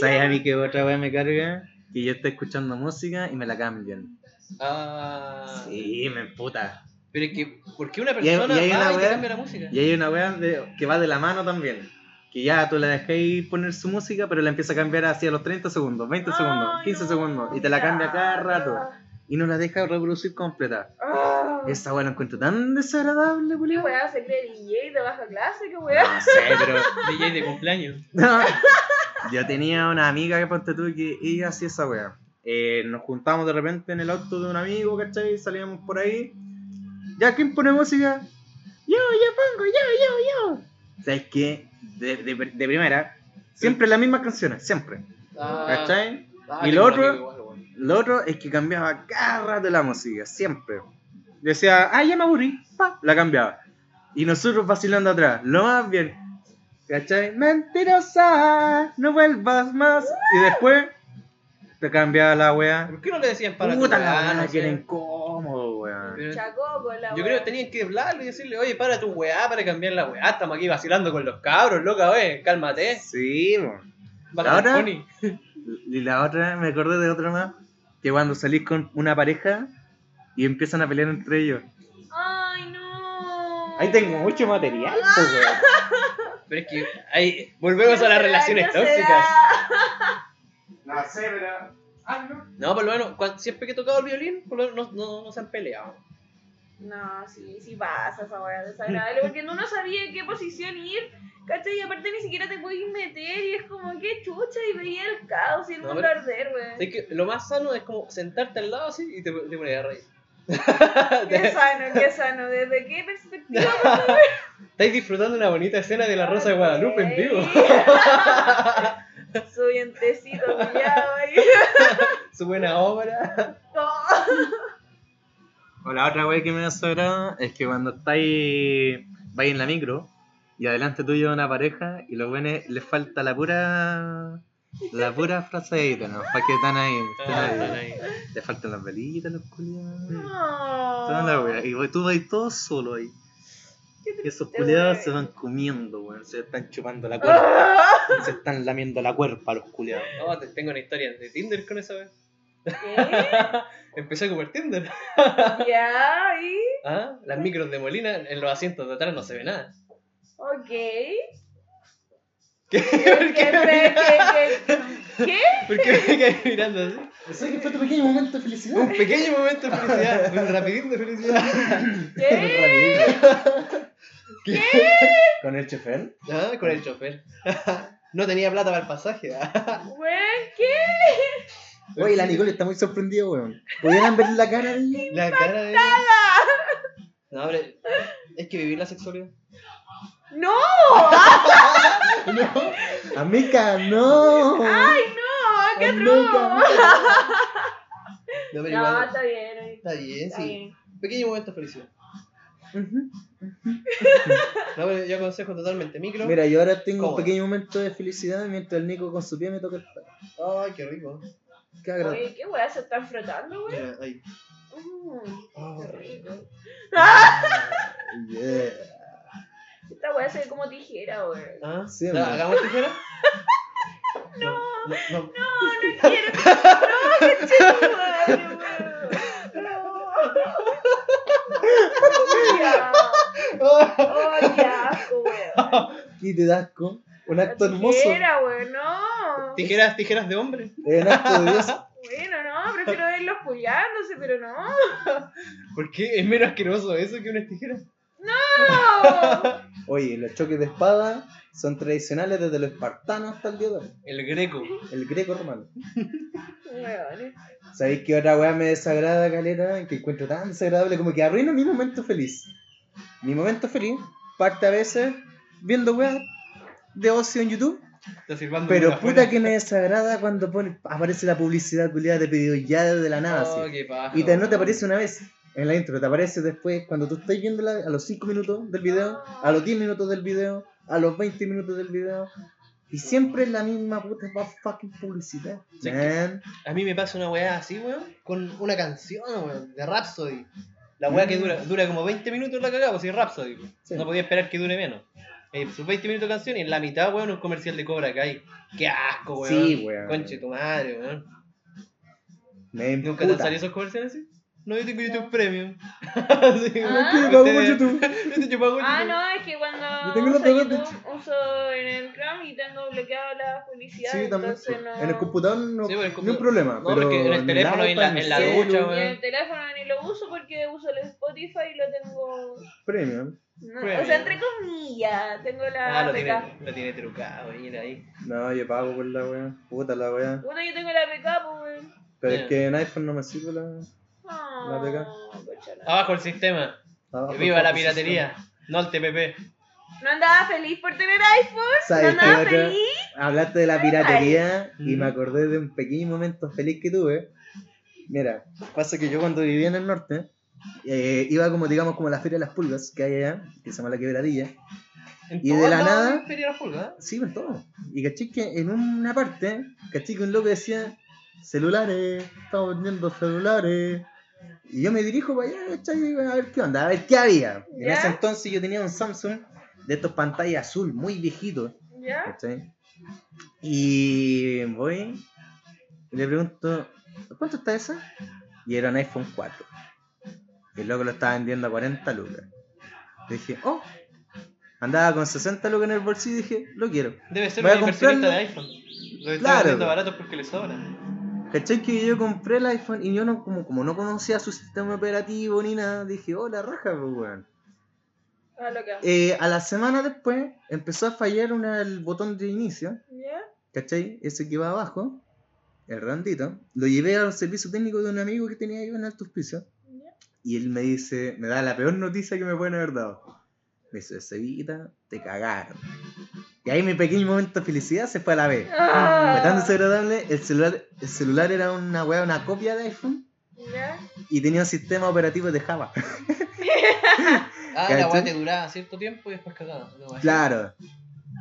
¿Sabes a mí que otra vez me carga? Que yo estoy escuchando música y me la cambian.
Ah.
Sí, me emputa.
Pero es que, ¿por qué una
Y hay- y
persona
hay
va
una
y te
wea-
cambia la música?
Y hay una wea de- que va de la mano también. Que ya tú la dejáis poner su música, pero la empieza a cambiar hacia los 30 segundos, 20 segundos,
Ay,
15
no,
segundos. Y te la cambia cada
ya.
rato. Y no la deja reproducir completa.
Ah.
Esa wea la encuentro tan desagradable,
¿Qué
boludo.
weá se cree DJ de baja clase? ¿Qué weá?
No sé, pero.
DJ de cumpleaños.
No. Yo tenía una amiga que ponte tú que ella hacía esa wea. Eh, nos juntábamos de repente en el auto de un amigo, ¿cachai? Salíamos por ahí. ¿Ya quién pone música? Yo, yo pongo, yo, yo, yo. ¿Sabes qué? De, de, de primera, siempre las mismas canciones, siempre. Ah,
Ah,
¿Cachai? Y lo otro- Lo otro es que cambiaba cada rato la música, siempre. Decía, ah, ya me aburrí, pa, la cambiaba. Y nosotros vacilando atrás, lo más bien. ¿Cachai? Mentirosa, no vuelvas más. Y después te cambiaba la weá.
¿Por qué no le decían para
Puta
tu
la
weá,
weá,
no
que era
sé?
incómodo, weón.
Pero-
Chacoco, la
Yo
weá.
creo que tenían que hablarle y decirle, oye, para tu weá, para cambiar la weá. Estamos aquí vacilando con los cabros, loca, wey. Cálmate.
Sí, weón.
Baja el
¿Ahora?
pony.
Y la otra, me acordé de otra más, que cuando salís con una pareja y empiezan a pelear entre ellos.
Ay, no.
Ahí tengo mucho material, pues, weón.
Pero es que ahí volvemos a las relaciones tóxicas.
No sé, pero. Ah, no.
No, por lo menos, cuan- siempre que he tocado el violín, por lo menos no, no, no se han peleado.
No, sí, sí pasa esa weá desagradable. Porque uno no sabía en qué posición ir. ¿Cachai? Y aparte ni siquiera te podías meter. Y es como, qué chucha. Y veía el caos y el
No,
mundo
pero-
arder, weón.
Así que lo más sano es como sentarte al lado así y te, te pones a reír.
Qué sano, qué sano. ¿Desde qué perspectiva?
Estáis disfrutando una bonita escena de la Rosa de Guadalupe en vivo.
Soy entecito, pillado ahí.
Su buena obra.
Ah,
No.
O la otra wea que me desagrada es que cuando estáis. vais en la micro y adelante tuyo una pareja y los buenos les falta la pura. La pura fraseadita, ¿no? Para que están ahí. Ah, están ahí. Les faltan las velitas, los culiados. Toda la wea. Y tú vas todo solo ahí.
Qué
Y esos
triste,
culiados
weón.
se van comiendo, weón. Se están chupando la cuerpa.
Ah.
se están lamiendo la cuerpa los culiados.
Oh, te- tengo una historia de Tinder con esa vez.
¿Qué?
Empecé a comer Tinder.
Ya, y.
Ah, Las micros de Molina, en los asientos de atrás no se ve nada.
Ok.
¿Qué?
¿Qué,
¿Por
qué,
qué me
qué, qué, qué? ¿Qué?
¿Por qué me quedé mirando así?
Pensé que fue tu pequeño momento de felicidad.
Un pequeño momento de felicidad, un rapidín de felicidad.
¿Qué?
¿Con el chofer?
Ah, Con el chofer. No tenía plata para el pasaje. ah.
Güey, ¿Qué?
Oye, la Nicole está muy sorprendida, weón. ¿Pudieran ver la cara de ella?
La cara de... No, hombre, es que vivir la sexualidad.
¡No!
Amica, no.
¡Ay, no! ¡Qué
Amica,
truco!
No, pero
No,
igual,
está bien. oye,
Está bien,
Está
sí.
bien.
Un pequeño momento de felicidad. No, pero yo aconsejo totalmente micro.
Mira, yo ahora tengo un
¿Cómo?
pequeño momento de felicidad mientras el Nico con su pie me toca el palo.
Ay, qué rico.
Qué agradable.
Oye, ¿qué weá se están frotando, güey?
Mira, ahí.
Mm,
Oh,
qué rico.
Yeah.
Esta weá se ve como tijera, güey.
¿Ah?
Sí,
¿La-
amigo.
¿Hagamos tijera? No, no, no.
No, no quiero. No, qué chido, güey. No. Ya. Oh, qué asco, güey.
Y te das con un acto hermoso.
Tijera, güey, no.
Tijeras, tijeras de hombre.
Es un acto de Dios.
Bueno, no, prefiero verlos culiándose, pero no.
¿Por qué es menos asqueroso eso que unas tijeras?
¡No!
Oye, los choques de espada son tradicionales desde los espartanos hasta el día de hoy.
El greco.
El greco romano.
Weón.
¿Sabéis qué otra weá me desagrada, caleta? Que encuentro tan desagradable como que arruina mi momento feliz. Mi momento feliz parte a veces viendo weas de ocio en YouTube.
Está sirvando
Pero
una
puta
buena-
que me desagrada cuando pone- aparece la publicidad culiada de pedido ya de la nada.
Oh,
así.
qué paja,
Y te- no
weón.
te aparece una vez en la intro, te aparece después cuando tú estás viendo a los 5 minutos del video, a los 10 minutos del video, a los 20 minutos del video. Y siempre es la misma puta pa- fucking publicidad.
Sí,
man.
A mí me pasa una weá así, weón, con una canción, weón, de Rhapsody. La weá que dura, dura como 20 minutos la cagada, pues si es Rhapsody, weón.
Mm. Sí.
No podía esperar que dure menos. Eh, sus 20 minutos de canción y en la mitad, weón, un comercial de Cobra Kai. ¡Qué asco, weón!
Sí, weón.
Conche tu madre, weón.
Me
¿Nunca te han
emputa.
salido esos comerciales así? No, yo tengo YouTube Premium. sí,
Yo pago
Ah.
por
Ustedes-
YouTube.
Yo te pago
Ah,
YouTube.
no, es que cuando
Yo tengo
uso
la tablet de
YouTube, uso en el Chrome y tengo bloqueado la publicidad,
Sí, también. pues,
entonces no...
En el computador no,
Sí, por el
no hay
computador.
problema.
No,
pero
porque en el teléfono y en la-
iPad,
en la
el
ducha,
celu,
Y
weón.
el teléfono ni lo uso porque uso el Spotify y lo tengo...
Premium.
no,
Premium.
o sea, entre comillas, tengo la
Pues, Ah, lo
APK.
tiene, lo tiene trucado, mira ahí.
No, yo pago por la wea. Puta la wea.
Bueno, yo tengo la APK, pues, weón.
Pero
Ya.
es que en iPhone no me sirve la.
Ah,
APK.
cochala.
Abajo el sistema.
Ah,
Que viva la
sí, sí.
piratería. No el TPP.
¿No andaba feliz por tener iPhone? ¿No
¿Sabes qué,
andaba
otra?
feliz?
Hablaste de la piratería y
Mm.
me acordé de un pequeño momento feliz que tuve. Mira, pasa que yo cuando vivía en el norte, eh, iba como, digamos, como a la Feria de las Pulgas que hay allá, que se llama La Quebradilla.
En
Y de la
todos lados
nada-
hay feria de la pulga, ¿eh?
Sí, en todo. Y caché que en una parte, caché que un loco decía, celulares, estamos vendiendo celulares. Y yo me dirijo para allá, ¿cachai? Digo, A ver qué onda, a ver qué había. Y En
¿Ya?
ese entonces yo tenía un Samsung de estos pantallas azul, muy viejitos.
¿Ya?
¿Cachai? Y voy y le pregunto, ¿cuánto está esa? Y era un iPhone 4. Y el loco lo estaba vendiendo a 40 lucas. Le dije, oh, andaba con 60 lucas en el bolsillo y dije, lo quiero.
Debe ser
Voy
un
a
inversionista de
comprarlo.
iPhone. Lo está
Claro.
vendiendo barato porque le sobra. Ah,
¿Cachai? Que yo compré el iPhone y yo no, como, como no conocía su sistema operativo ni nada, dije, oh, la raja, pues, weón.
Ah, lo que hago.
Eh, a la semana después empezó a fallar una- el botón de inicio.
¿Ya?
¿cachai? Ese que va abajo, el randito, lo llevé al servicio técnico de un amigo que tenía yo en alto hospicio.
¿Ya?
Y él me dice, me da la peor noticia que me pueden haber dado. Me dice, Cevita, te cagaron. Y ahí mi pequeño momento de felicidad se fue a la vez. Fue tan
Ah,
desagradable, el celular, el celular era una weá, una copia de iPhone
¿Ya?
y tenía un sistema operativo de Java.
Ah,
¿Cachai?
la weá te duraba cierto tiempo y después cagada. una weá así.
Claro.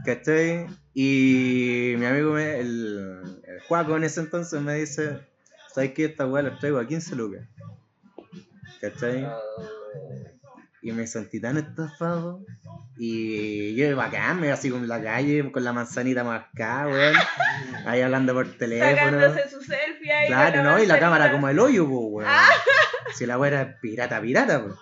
¿Cachai? Y mi amigo, me- el, el Juaco en ese entonces me dice, ¿sabes qué? Esta weá la traigo a 15 lucas. ¿Cachai? Y me sentí tan estafado. Y yo bacán, me iba así con la calle, con la manzanita marcada, weón. Ahí hablando por teléfono.
Sacándose su selfie ahí.
Claro, ¿no? Y la cámara como
el...
el hoyo, po, weón. Si la weá era pirata, pirata, po.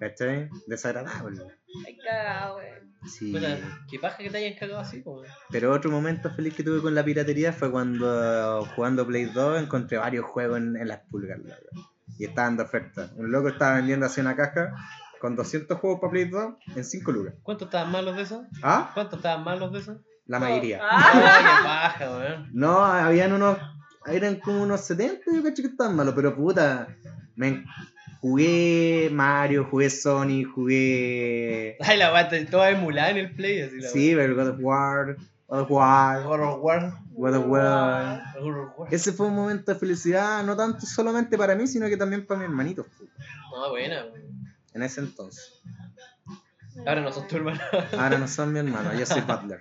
¿Cachai? Desagradable.
Ay, cagado, weón.
Sí.
Puta, qué paja que te hayan cagado así, po, weón.
Pero otro momento feliz que tuve con la piratería fue cuando jugando Play 2 encontré varios juegos en, en las pulgas. la verdad. Y estaban de oferta. Un loco estaba vendiendo así una caja con 200 juegos para Play 2 en 5 lucas.
¿Cuántos estaban malos de esos?
¿Ah?
¿Cuántos estaban malos de esos?
La mayoría.
Ah,
Ah,
qué paja, weón.
No, habían unos. Eran como unos 70, yo caché que estaban malos, pero puta. Me en- jugué Mario, jugué Sony, jugué.
Ay, la weá te- toda emulada en el play, así la
Sí, pero God of War, God of War,
weá. God of War.
God of War.
God of War.
Ese fue un momento de felicidad, no tanto solamente para mí, sino que también para mi hermanito. pues,
No, buena, weón.
En ese entonces.
Ahora no sos tu hermano.
Ahora no son mi hermano, yo soy Butler.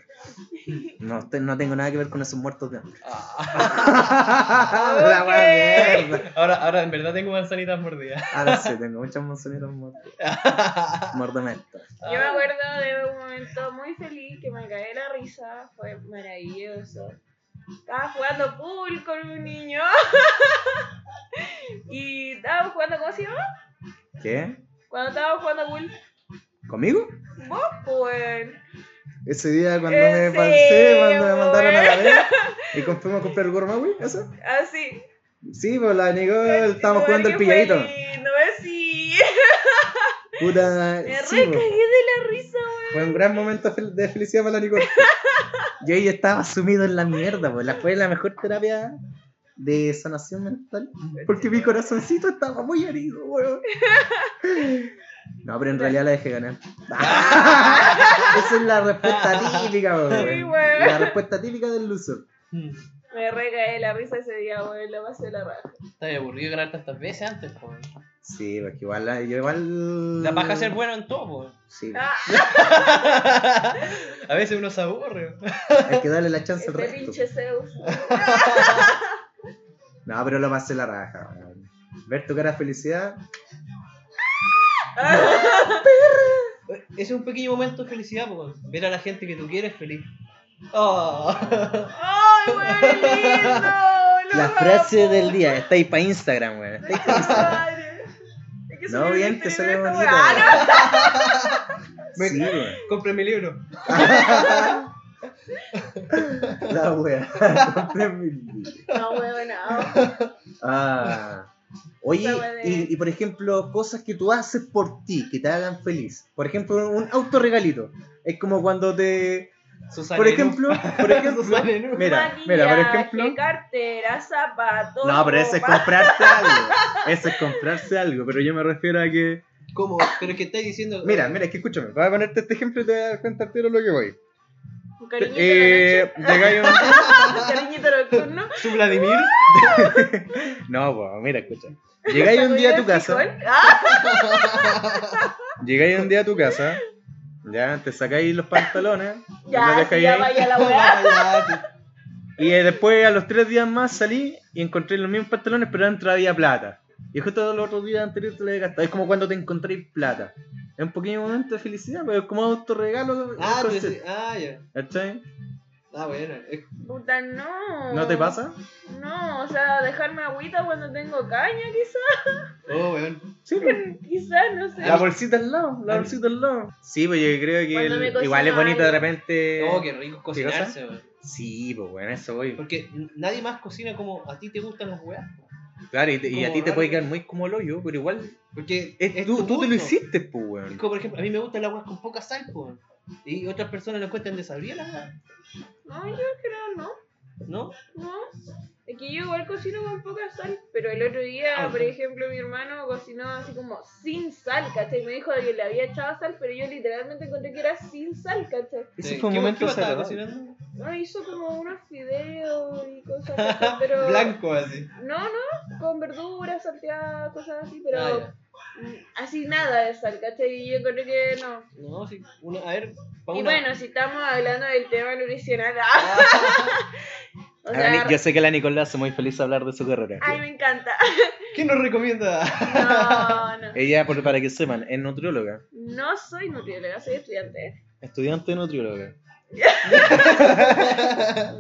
No, te- no tengo nada que ver con esos muertos de hambre.
Ah.
Ah.
La wea de mierda.
Ahora, ahora en verdad tengo manzanitas mordidas.
Ahora sí, tengo muchas manzanitas muertas. Muérdame esta.
Yo me acuerdo de un momento muy feliz que me caí la risa, fue maravilloso. Estaba jugando pool con un niño. y estaba jugando, ¿cómo se llama?
¿Qué?
Cuando estaba jugando pool,
¿Conmigo?
vos, pues.
Ese día cuando
Eh,
me
sí,
pasé, cuando me
weón.
mandaron a la verga y con- fuimos a comprar el gourmet, ¿eso?
Así.
Sí, pues la negó, estábamos
No,
jugando el
que
pilladito.
fue lindo, eh, sí.
Puta,
Me
sí,
recagué
pues.
de la risa, weón.
Fue un gran momento fel- de felicidad para la Nicole. Yo ahí estaba sumido en la mierda, pues. La fue la mejor terapia de sanación mental. Porque mi corazoncito estaba muy herido, weón. No, pero en realidad la dejé ganar. Esa es la respuesta típica,
Sí,
weón.
weón.
La respuesta típica del loser.
Me recae la risa ese día, weón, la pasé la raja.
Está aburrido ganar tantas veces antes, po, weón.
Sí, porque igual la, yo igual.
La paja ser bueno en todo, po, weón.
Sí.
Ah,
A veces uno se aburre. weón.
Hay que darle la chance al
este
resto.
pinche Zeus.
No, pero lo pasé la raja, weón. Ver tu cara de felicidad.
Eh, Ese es un pequeño momento de felicidad, po, weón. Ver a la gente que tú quieres feliz. Oh.
¡Ay, weón, lindo! Lo
La
amo.
frase del día. Está ahí para Instagram, weón. Está ahí pa' Instagram.
Madre. Es que
No,
soy
bien, te sale
escribir esta
bonito,
weá. Ah,
Me-
Sí, weón.
Compré mi libro.
La wea. Compré mi libro.
no. No, weón, no.
Ah. Oye,
Esa wea de-
y, y por ejemplo, cosas que tú haces por ti, que te hagan feliz. Por ejemplo, un autorregalito. Es como cuando te.
Susana
Por
Inu.
ejemplo, por ejemplo.
Susana Inu.
Mira, mira, por
Maquillaje,
ejemplo.
cartera, zapatos.
No, pero ese es
ropa.
comprarse algo. Ese es comprarse algo, pero yo me refiero a que.
¿Cómo? Pero que estáis diciendo.
Mira, mira, es que escúchame, voy a ponerte este ejemplo y te voy a contar tiro lo que voy.
Un cariñito
Eh, llegáis a
nocturno, un cariñito nocturno.
¿Su Vladimir?
un... No, po, mira, escucha. Llegáis un día a tu casa,
Frijol. Ah,
llegáis un día a tu casa, ya, te sacáis los pantalones, los
ya, sí,
dejáis
ya
ahí,
vaya la
Ah,
weá.
y eh, después a los tres días más salí y encontré los mismos pantalones, pero dentro había plata. Y justo los otros días anteriores te la había gastado. Es como cuando te encontréis plata. Es un pequeño momento de felicidad, pero es como autorregalo.
Ah, tú
entonces,
decís- ah, ya.
¿cachai?
Ah, bueno. Es-
Puta, no.
¿No te pasa?
No, o sea, dejarme agüita cuando tengo caña, quizás.
Oh, weón.
Sí, pues.
Quizás, no sé.
La bolsita al lado, la
Ah.
bolsita al lado. Sí, pues yo creo que
Cuando
el-
me cocino
igual es bonito de
algo.
repente.
Oh, qué rico cocinarse, weón.
Sí, pues bueno, eso voy.
Porque n- nadie más cocina como a ti te gustan las weas. po.
Claro, y, te- y a
Como
ti te
raro.
puede quedar muy como el hoyo, pero igual.
Porque
es-
es
tú,
tu
tú te lo
gusto.
hiciste, pues
Es
weón.
como, por ejemplo, a mí me gustan las weas con poca sal, po, weón. Y otras personas lo encuentran desabridas las weas,
No, yo creo no.
¿no?
No. Es que yo igual cocino con poca sal, pero el otro día,
Ah.
por ejemplo, mi hermano cocinó así como sin sal, ¿cachai? Me dijo que le había echado sal, pero yo literalmente encontré que era sin sal, ¿cachai?
Ese
Eh,
fue un
¿qué-
momento
qué estaba
desagradable.
cocinando?
No, hizo como unos fideos y cosas así, pero...
Blanco, así.
No, no, con verduras salteadas, cosas así, pero...
Ah, ya.
mm, Así nada de sal, ¿cachai? Y yo encontré que no.
No, sí. Una, a ver, pa'
Y
una-
bueno, si estamos hablando del tema nutricional... ¡ah! o
A la Ni-
sea,
Ah, Yo sé que la Nicolás hace muy feliz hablar de su carrera.
ay, me encanta.
¿Qué nos recomienda?
No, no.
Ella, por, para que sepan, es nutrióloga,
No soy nutrióloga, soy estudiante.
estudiante de nutrióloga.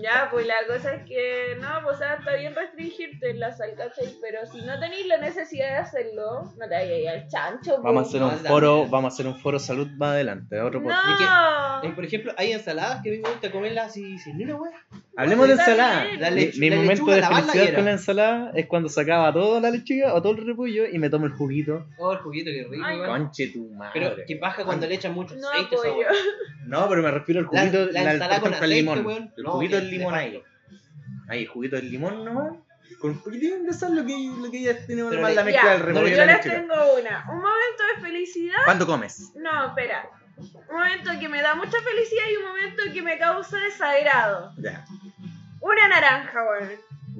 Ya, pues la cosa es que no, pues o sea, está bien restringirte en la sal, ¿cachai? Pero si no tenéis la necesidad de hacerlo, no te vayas al chancho.
Vamos a
pues.
hacer un
Hola,
foro,
mira.
vamos a hacer un foro salud más adelante, otro podcast.
Eh,
No.
por ejemplo, hay ensaladas que a mí me gusta comerlas y sin ni una wea.
Hablemos de
Está
ensalada.
bien.
La
Mi-
lechu-
mi
la
momento
lechuga,
de
la bala y
felicidad
era.
con la ensalada es cuando sacaba toda la lechuga o todo el repollo y me tomo el juguito.
Oh, el juguito, qué rico,
Ay,
weón.
Conche tu madre.
Pero qué paja cuando le echan mucho
No
aceite a esa
apoyo.
wea.
No, pero me refiero al juguito,
La- la ensalada
por
con
ejemplo, al
aceite,
limón.
weón.
El
No,
juguito del
que-
limón
de
ahí.
facto.
Ahí, el juguito del limón nomás. Con un poquitín de sal lo que, lo que ya tiene
Pero
nomás
le-
la mezcla
Ya,
del
no este?
repollo
le-
y
Yo
la
les
lechuga.
tengo una. Un momento de felicidad.
¿Cuándo comes?
No, espera. Un momento que me da mucha felicidad y un momento que me causa desagrado.
Ya,
Una naranja, weón.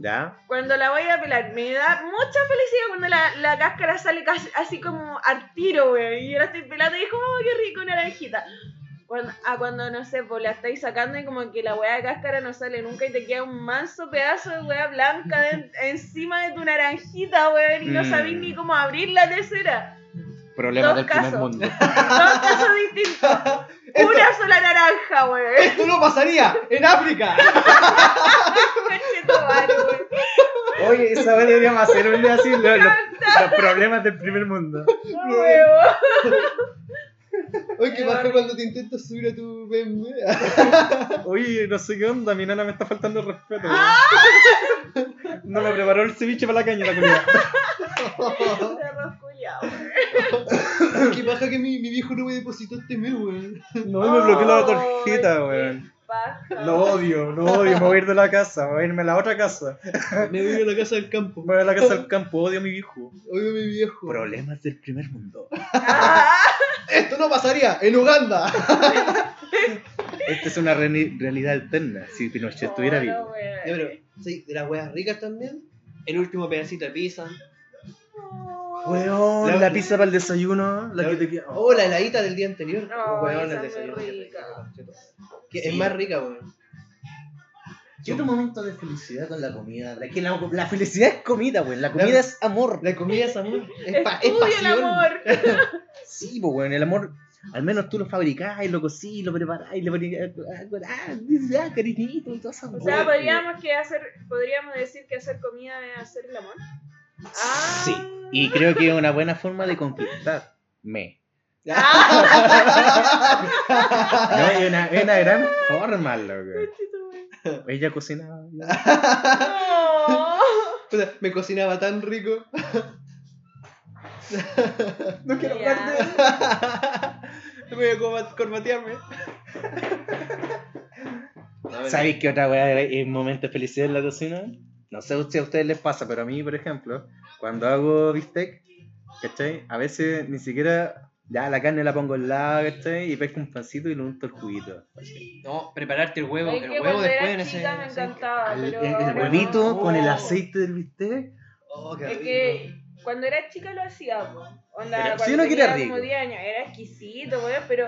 ya.
Cuando la voy a pelar, me da mucha felicidad cuando la, la cáscara sale casi- así como al tiro, güey. Y yo la estoy pelando y es como, "Oh, qué rico, una naranjita. Cuando, a cuando, no sé, pues la estáis sacando y como que la weá de cáscara no sale nunca y te queda un manso pedazo de weá blanca de- encima de tu naranjita, weón, y no
Mm.
sabéis ni cómo abrir la tercera.
Problemas
Dos
del
casos.
primer mundo.
Dos casos distintos. Una sola naranja, weón.
Esto no pasaría en África.
Conchetumare, weón.
Oye, esa vez deberíamos hacer un día así, lo- lo- los problemas del primer mundo.
No, weón.
Oye, qué paja cuando te intentas subir a tu BMW.
Oye, no sé qué onda, mi nana me está faltando el respeto. weón.
Ah.
No me preparó el ceviche para la caña, la comida.
Perro culiao, weón.
qué paja que mi, mi viejo no me depositó este mes, weón.
No, me bloqueó la tarjeta, weón.
paja.
Lo odio, lo odio, me voy a ir de la casa, me voy a irme a la otra casa.
Me voy a la casa del campo.
Me voy a la casa del campo, odio a mi viejo.
Oye, mi viejo.
Problemas del primer mundo.
Ah,
Esto no pasaría en Uganda.
Esta es una re- realidad alterna, si Pinochet estuviera
no,
vivo.
weón.
Ya, pero, sí, de las weas ricas también. El último pedacito de pizza.
No.
Weón,
La-
la, pizza para el desayuno, la que te queda.
Oh, la heladita del día anterior.
No,
Weón,
esa
el
es
desayuno.
muy
siempre
rica.
rico, Que Es más rica, weón.
¿Qué otro momento de felicidad con la comida? La, que la, la felicidad es comida, weón. La comida
La-
es amor.
La comida es amor. Es, pa- es
Estudia el
pasión.
amor.
Sí, pues, weón. El amor, al menos tú lo fabricás, lo cocís, lo preparás, y le ponís. ah, Ah, ah, cariñito y todas esas
O sea,
weas,
podríamos, que hacer, podríamos decir que hacer comida es hacer el amor. Ah.
Sí, y creo que es una buena forma de conquistar. Me.
Ah,
No, es una, es una gran forma, loco.
Chito, weón.
Ella cocinaba.
No.
Puta, me cocinaba tan rico.
No quiero
Ya.
hablar de eso.
Me voy a corba- corbatearme. No,
¿Sabéis qué otra weá es momento de felicidad en la cocina? No sé si a ustedes les pasa, pero a mí, por ejemplo, cuando hago bistec, ¿cachai? A veces ni siquiera ya la carne la pongo al lado, ¿cachai? Y pesco un pancito y le unto el juguito.
No, prepararte el huevo.
Es que
El huevo
cuando
después
era
en ese.
chica me
ese-
encantaba,
Al-
pero
el, el
ahora
huevito
no.
con el aceite del bistec.
Oh, qué
Es
rico.
que cuando era chica lo hacía, po. Onda,
Pero si
cuando
uno quiere
tenía
rico.
como 10 años, era exquisito, weón, pero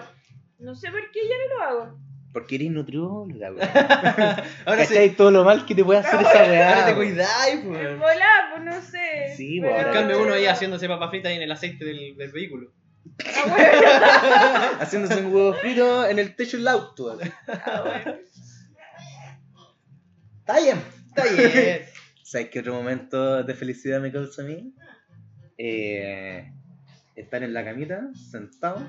no sé por qué ya no lo hago.
Porque eres nutrióloga, weón.
Ahora sí.
¿Cachai? Todo lo mal que te puede hacer esa
Ahora
weá.
te
weón.
cuidáis, pues.
En volá, pues no sé.
Sí,
pero-
po,
En
ahora-
cambio, uno ahí haciéndose papas fritas en el aceite del, del vehículo.
Ah, bueno,
Haciéndose un huevo frito en el techo del auto.
ah, bueno.
Está bien.
Está bien.
¿Sabes qué otro momento de felicidad me causa a mí? Eh, estar en la camita, sentado,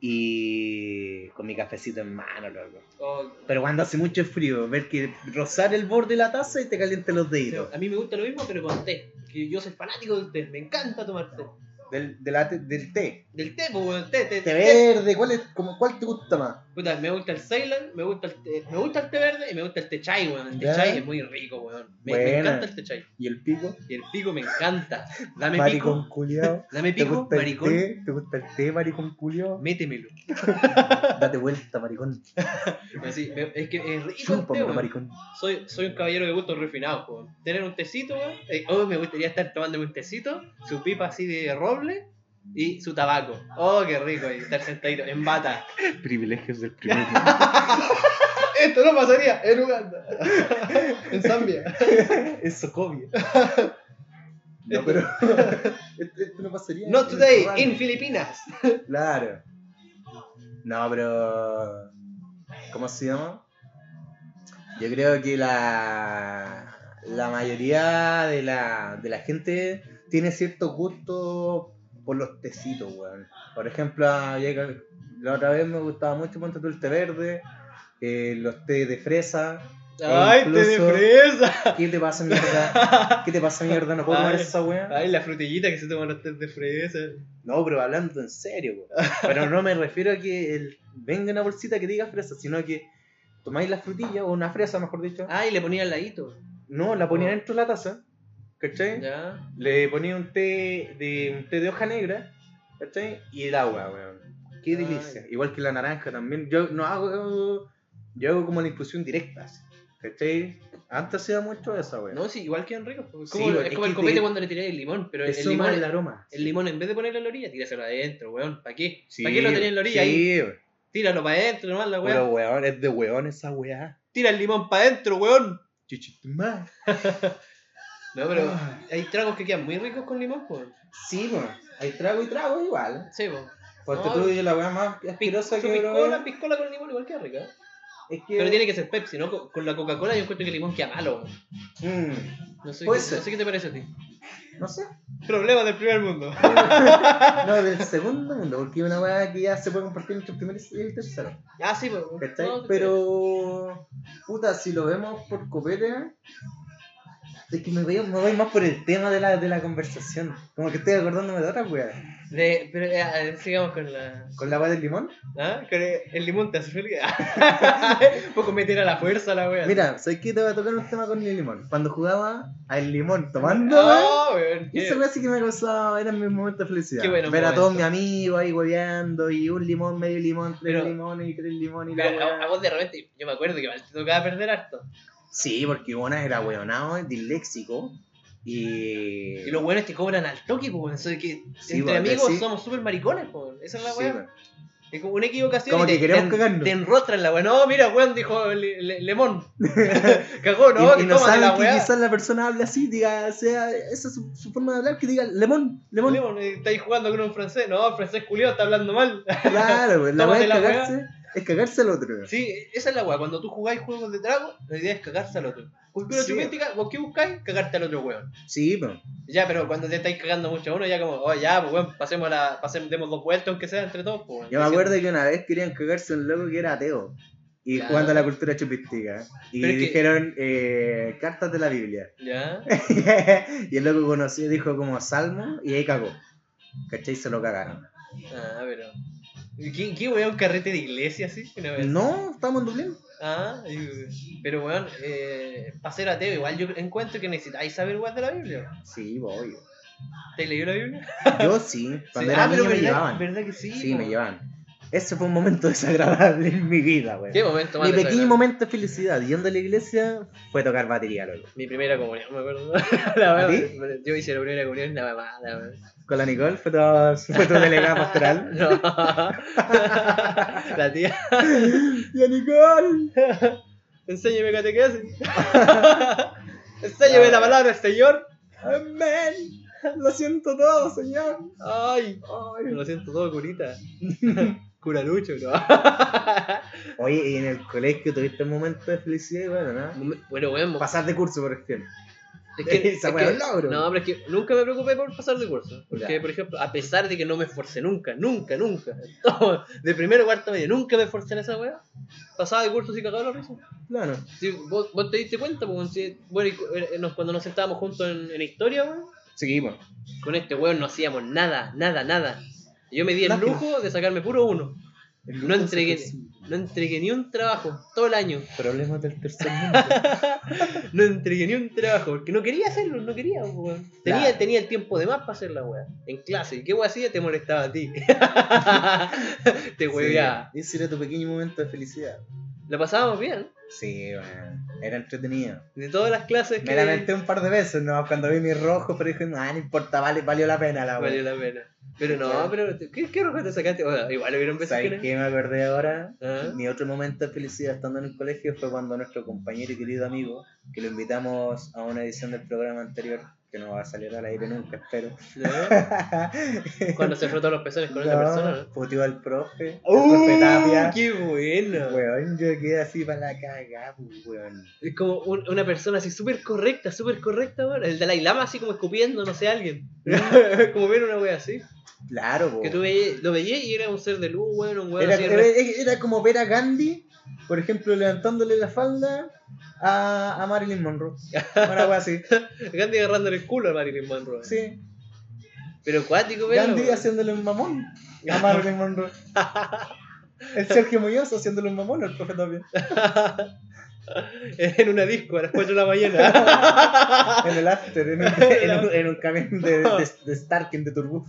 y con mi cafecito en mano, loco.
Oh,
Pero cuando hace mucho frío, ver que rozar el borde de la taza y te calienten los
pero
deditos.
a mí me gusta lo mismo, pero con té. Que yo soy fanático del té. Me encanta tomar té.
Del, de la te- del té.
Del té, pues, weón, té, té,
Té
té.
verde, ¿cuál, es, como, ¿cuál te gusta más?
Puta, me gusta el Ceylan, me gusta el té, me gusta el té verde y me gusta el té chai, weón. El té
Ya.
chai es muy rico, weón. Me, me
Buena.
encanta el té chai.
¿Y el pico?
Y el pico me encanta. Dame
Maricón
pico,
culiao.
dame
¿Te
pico,
gusta
maricón.
el té? ¿Te gusta el té, maricón culiao?
Métemelo.
Date vuelta, maricón.
Así, me- es que es rico el té,
Chúpamelo,
weón.
maricón.
Soy, soy un caballero de gustos refinados, weón. Tener un tecito, weón. eh, oh, me gustaría estar tomándome un tecito, su pipa así de roble y su tabaco. Oh, qué rico ahí, estar sentadito en bata.
Privilegios del primer
Esto no pasaría en Uganda. en Zambia.
Es Socovia.
No,
No, pero. esto, esto no pasaría.
Not today,
Claro.
en Filipinas.
Claro. No, pero. ¿Cómo se llama? Yo creo que la. La mayoría de la, de la gente tiene cierto gusto por los tecitos, weón. Por ejemplo, había que- la otra vez me gustaba mucho ponte tú el té verde, eh, los té de fresa. E
Ay, te de
incluso-
fresa.
¿Qué te pasa, mierda? ¿Qué te pasa, mierda? ¿No puedo
Ay.
tomar esa weá?
Ay, la frutillita que se toman los test de fresa.
No, pero hablando en serio, weón. Pero no me refiero a que el- venga una bolsita que diga fresa, sino que tomáis la frutilla, o una fresa, mejor dicho.
Ay, le ponía al ladito.
No, la ponía dentro de la taza, ¿cachai?
Ya.
Le ponía un té de, un té de hoja negra, ¿cachai? Y el agua, weón. Qué
Ay.
delicia. Igual que la naranja también. Yo no hago. Yo hago como la infusión directa, así, ¿cachai? Antes hacía mucho esa, weón.
No, sí, igual quedan ricos. Es
Sí,
como,
weón,
es
es
como
que
el copete
te-
cuando le tiráis el limón, pero
Te
el
suma
limón,
el aroma.
el limón en vez de ponerlo en la orilla, tíraselo adentro, weón. ¿Para qué?
Sí,
¿Para qué lo tenés en la orilla ahí?
sí, weón.
Tíralo para adentro, nomás la weón.
Pero weón, es de weón esa weá.
Tira el limón para adentro, weón.
Chichitumá.
No, pero
Ah.
hay tragos que quedan muy ricos con limón, weón.
Sí, weón. Hay trago y trago igual.
Sí, weón.
Porque
No,
tú dices la weá más asquerosa que
piscola,
probé
piscola con limón igual queda rica. ¿eh?
Es que.
Pero tiene que ser Pepsi, ¿no? Con, con la Coca-Cola yo encuentro que el limón queda malo, weón.
Mm,
No sé,
Puede
qué,
ser.
no sé qué te parece a ti.
no sé.
Problema del primer mundo.
No, del segundo mundo, porque es una weá que ya se puede compartir entre el primero y el tercero.
Ah, sí, weón.
¿Cachai?
No, sí,
Pero. Puta, si lo vemos por copete. Es que me voy, me voy más por el tema de la, de la conversación. Como que estoy acordándome de otra wea.
De, pero eh, sigamos con la.
¿Con la wea del limón?
¿Ah? Con el, el limón te hace feliz. Poco meter a la fuerza la wea.
Mira, ¿sabes qué? Te voy a tocar un tema con el limón. Cuando jugaba al limón tomando, weón,
no, weón.
Y
qué-
Esa wea sí que me causaba, eran mis momentos de felicidad.
Eh, Qué bueno
Ver a todos mis
momento.
amigos ahí hueveando y un limón, medio limón, tres
Pero-
limones y tres limones y la
Mira, a, a
wea.
vos de repente, yo me acuerdo que igual te tocaba perder harto.
Sí, porque Bona era weonado, disléxico y.
Y los buenos te cobran al toque, pues, eso de que
Sí,
entre
po,
amigos
sí.
somos súper maricones, pues. Esa es la
Sí,
weá.
weón.
es como una equivocación.
Como que
y te,
queremos
te,
cagarnos.
Te enrostran la weá. No, mira, weón, dijo Le- Le- Lemón. Cagó, no,
Y- y,
que
no
tómate
saben
la
que
weá.
quizás la persona habla así, diga, sea, esa es su, su forma de hablar, que diga, lemón, lemón.
Lemón, eh, estáis jugando con un francés. No, el francés culiado está hablando mal.
Claro, pues, la
Tómate
weá es
la weá.
cagarse, es cagarse al otro.
Sí, esa es la weá. Cuando tú jugáis juegos de trago, la idea es cagarse al otro. Cultura
Sí.
chupética, vos qué buscáis, cagarte al otro weón.
Sí, pues.
Ya, pero cuando te estáis cagando mucho a uno, ya como, oh, ya, pues weón, pasemos la, pasemos, demos dos vueltas, aunque sea entre todos, pues. weón.
Yo me acuerdo que una vez querían cagarse un loco que era ateo. Y
Claro.
jugando a la cultura chupística. Y
Pero es que-
dijeron eh, cartas de la Biblia.
Ya.
y el loco conoció, dijo como salmo y ahí cagó. ¿Cachai? Se lo cagaron.
Ah, pero. ¿Y ¿Qué, qué weón, un carrete de iglesia así? Una vez.
No, estamos en Dublín.
Ah, y- pero weón, eh, para ser ateo, igual yo encuentro que necesitáis saber weón de la Biblia.
Sí, voy.
¿Te leído la Biblia?
Yo sí, cuando
Sí.
era
ah,
niño me
verdad,
llevaban.
¿verdad que sí?
Sí, me
po?
llevaban. Ese fue un momento desagradable en mi vida, güey.
¿Qué momento más
Mi pequeño
desagradable?
momento de felicidad yendo a la iglesia fue tocar batería, loco.
Mi primera comunión, me acuerdo. la
¿A
verdad,
ti?
Yo hice la primera comunión en la mamada, weón.
Con la Nicole fue todo, fue todo delegada pastoral.
No. la tía.
¡Ya, Nicole!
Enséñeme catequesis. Enséñeme la palabra, Señor.
¡Amén! Lo siento todo, señor.
Ay,
Ay.
lo siento todo, curita. Curalucho, no.
Oye, ¿y en el colegio tuviste un momento de felicidad igual, o no?
Bueno, weón,
Pasar de curso, por ejemplo.
es que,
esa
es
weá
que-
es logro.
No, pero es que nunca me preocupé por pasar de curso. Porque,
Ya.
por ejemplo, a pesar de que no me esforcé nunca, nunca, nunca, todo, de primero a cuarto medio, nunca me esforcé en esa weá. Pasaba de curso sin cagar la risa.
Claro.
Sí, vos, vos te diste cuenta, pues, sí, bueno, y cu- eh, nos- cuando nos sentábamos juntos en, en historia, weón,
Seguimos.
con este weón no hacíamos nada, nada, nada. Y Yo me di el
Lástima.
lujo de sacarme puro uno. No entregué, no entregué ni un trabajo todo el año.
Problemas del tercer mundo.
No entregué ni un trabajo porque no quería hacerlo, no quería, pues, weón. Tenía,
Claro.
tenía el tiempo de más para hacer la weá. En clase, ¿y qué weá hacía? Te molestaba a ti. te hueveaba.
Sí, Ese era tu pequeño momento de felicidad.
La pasábamos bien.
Sí, bueno. Era entretenido.
De todas las clases que
Me lamenté un par de veces, ¿no? Cuando vi mi rojo, pero dije, ah, no importa, vale, valió la pena la
valió
wea.
la pena. Pero
Claro.
no, pero ¿qué, qué rojo te sacaste? Bueno, igual hubieron veces que
¿Sabes
no.
qué me acordé ahora?
Pues, Ah.
Mi otro momento de felicidad estando en el colegio fue cuando nuestro compañero y querido amigo, que lo invitamos a una edición del programa anterior, que no va a salir al aire nunca, espero.
¿No? Cuando se frotó los pezones con otra persona, ¿no?
Puteó al profe, al profe
¡Uh!
Tapia.
¡Qué bueno!
Weón, yo quedé así para la cagada, pues, weón.
Es como un- una persona así súper correcta, súper correcta, weón. El Dalai Lama así como escupiendo, no sé, a alguien. como ver una wea así.
Claro, po.
Que tú veías, lo veías y era un ser de luz, weón, un weón
Era,
así.
era- era como ver a Gandhi, por ejemplo, levantándole la falda a, a Marilyn Monroe. Una wea así.
Gandhi agarrándole el culo a Marilyn Monroe.
Sí.
Pero cuático, weón.
Gandhi haciéndole un mamón a Marilyn Monroe. El Sergio Muñoz haciéndole un mamón al profe también.
En una disco a las 4 de la mañana.
En el after, en un, en un- en un camión de, de, de Starken de Turbo.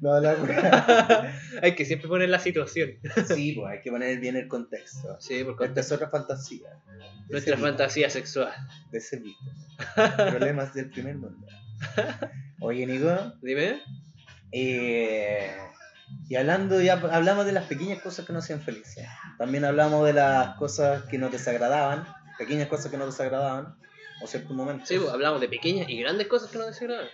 No, la wea.
Hay que siempre poner la situación.
Sí, pues hay que poner bien el contexto.
Sí, por
Esta
contexto.
es otra fantasía. De
Nuestra
ese
fantasía sexual.
mito, De ese mito. Problemas del primer mundo. Oye, Nico.
Dime.
Eh, y hablando, ya hablamos de las pequeñas cosas que nos hacían felices. También hablamos de las cosas que nos desagradaban, pequeñas cosas que nos desagradaban, o ciertos momentos.
Sí, pues, hablamos de pequeñas y grandes cosas que nos desagradan.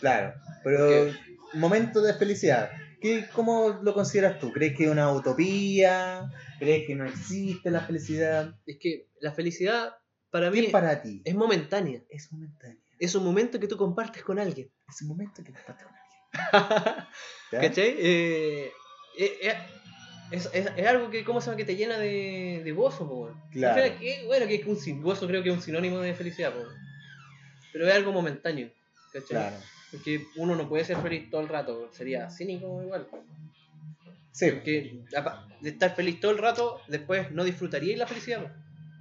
Claro, pero
¿Qué?
momentos de felicidad. ¿Qué, ¿Cómo lo consideras tú? ¿Crees que es una utopía? ¿Crees que no existe la felicidad?
Es que la felicidad para
¿Qué
mí
es para ti?
es momentánea.
Es momentáneo.
Es un momento que tú compartes con alguien.
Es un momento que te falta con alguien. ¿Ya?
¿Cachai? Eh, eh, eh, Es, es, es algo que, ¿cómo se llama? Que te llena de, de gozo, po, weón.
Claro.
Al final, que- bueno, que es un sin- gozo creo que es un sinónimo de felicidad, po, weón. Pero es algo momentáneo, ¿cachai?
Claro.
Porque uno no puede ser feliz todo el rato, weón. sería cínico igual.
Sí,
Porque apa- de estar feliz todo el rato, después no disfrutaríais la felicidad. po.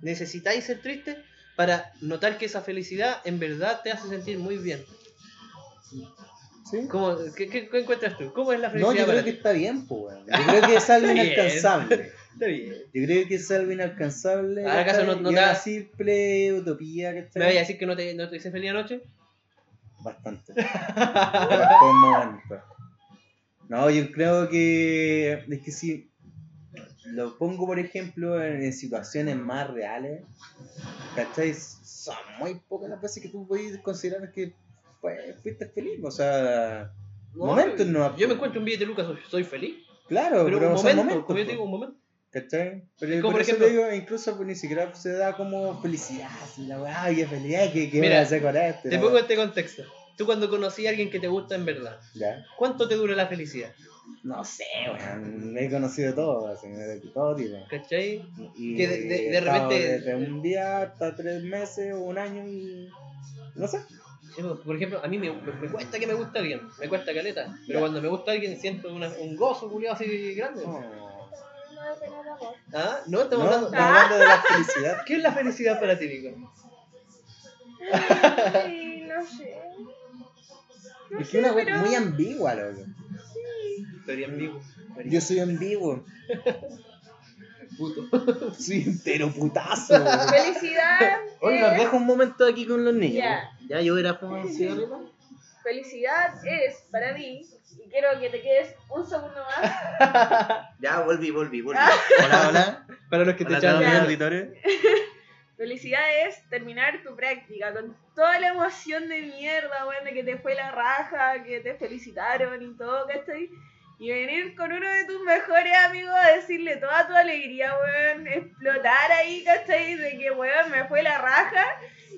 Necesitáis ser triste para notar que esa felicidad en verdad te hace sentir muy bien.
sí.
¿Cómo, qué, qué- qué encuentras tú? ¿Cómo es la
No, yo
felicidad
creo
para
que
ti?
está bien, pues, weón. Yo creo que es algo
Está bien.
inalcanzable.
Está bien.
Yo creo que es algo inalcanzable.
Ah, ¿acaso no- no
y
te
una
ha-
simple utopía,
¿Me vas a
¿cachai?
decir que no te, no te hice feliz anoche?
Bastante. Bastante momento. No, yo creo que. Es que si lo pongo, por ejemplo, en, en situaciones más reales, ¿cachai? Son muy pocas las veces que tú puedes considerar que pues, fuiste feliz. O sea, momentos no.
Yo me encuentro un billete Lucas, soy, soy feliz.
Claro,
Pero,
pero,
un
son
momento,
momentos.
como yo
po.
te digo, un momento.
¿Cachai? Pero por,
Es como, por
eso
ejemplo-
te digo, incluso pues, ni siquiera se da como felicidad, así la weá, qué felicidad, que, que
Mira,
me hace con este.
Te
la
pongo
weá.
este contexto. Tú cuando conocí a alguien que te gusta en verdad,
Ya.
¿cuánto te dura la felicidad?
No sé, weón, he conocido todo, así, de todo tipo.
¿Cachai?
Y
Que de- de- de
he estado
repente-
Desde un día hasta tres meses, un año y. No sé.
Por ejemplo, a mí me, me- me cuesta que me guste alguien, me cuesta caleta,
Ya.
pero cuando me gusta alguien siento una- un gozo culiado así grande.
No,
No, de tener amor.
¿Ah? No,
no,
estamos
estamos
hablando.
hablando de la felicidad.
¿Qué es la felicidad para ti, Nico?
Ay, no sé. No
Es
sé,
que una weá
pero-
muy ambigua, loco.
Sería ambiguo.
Yo soy ambiguo,
puto.
soy entero putazo. weón.
Felicidad.
Oigan,
es-
dejo un momento aquí con los niños.
Ya.
Ya yo era fumar un cigarrito.
Felicidad es para mí, y quiero que te quedes un segundo más.
Ya, volví, volví, volví.
Ah.
Hola, hola.
Para los que te
Hola a
echaron
todos mis
ya.
de
auditores.
Felicidad es terminar tu práctica con toda la emoción de mierda, weón, de que te fue la raja, que te felicitaron y todo, ¿cachai? Y venir con uno de tus mejores amigos a decirle toda tu alegría, weón, explotar ahí, ¿cachai? De que, weón, me fue la raja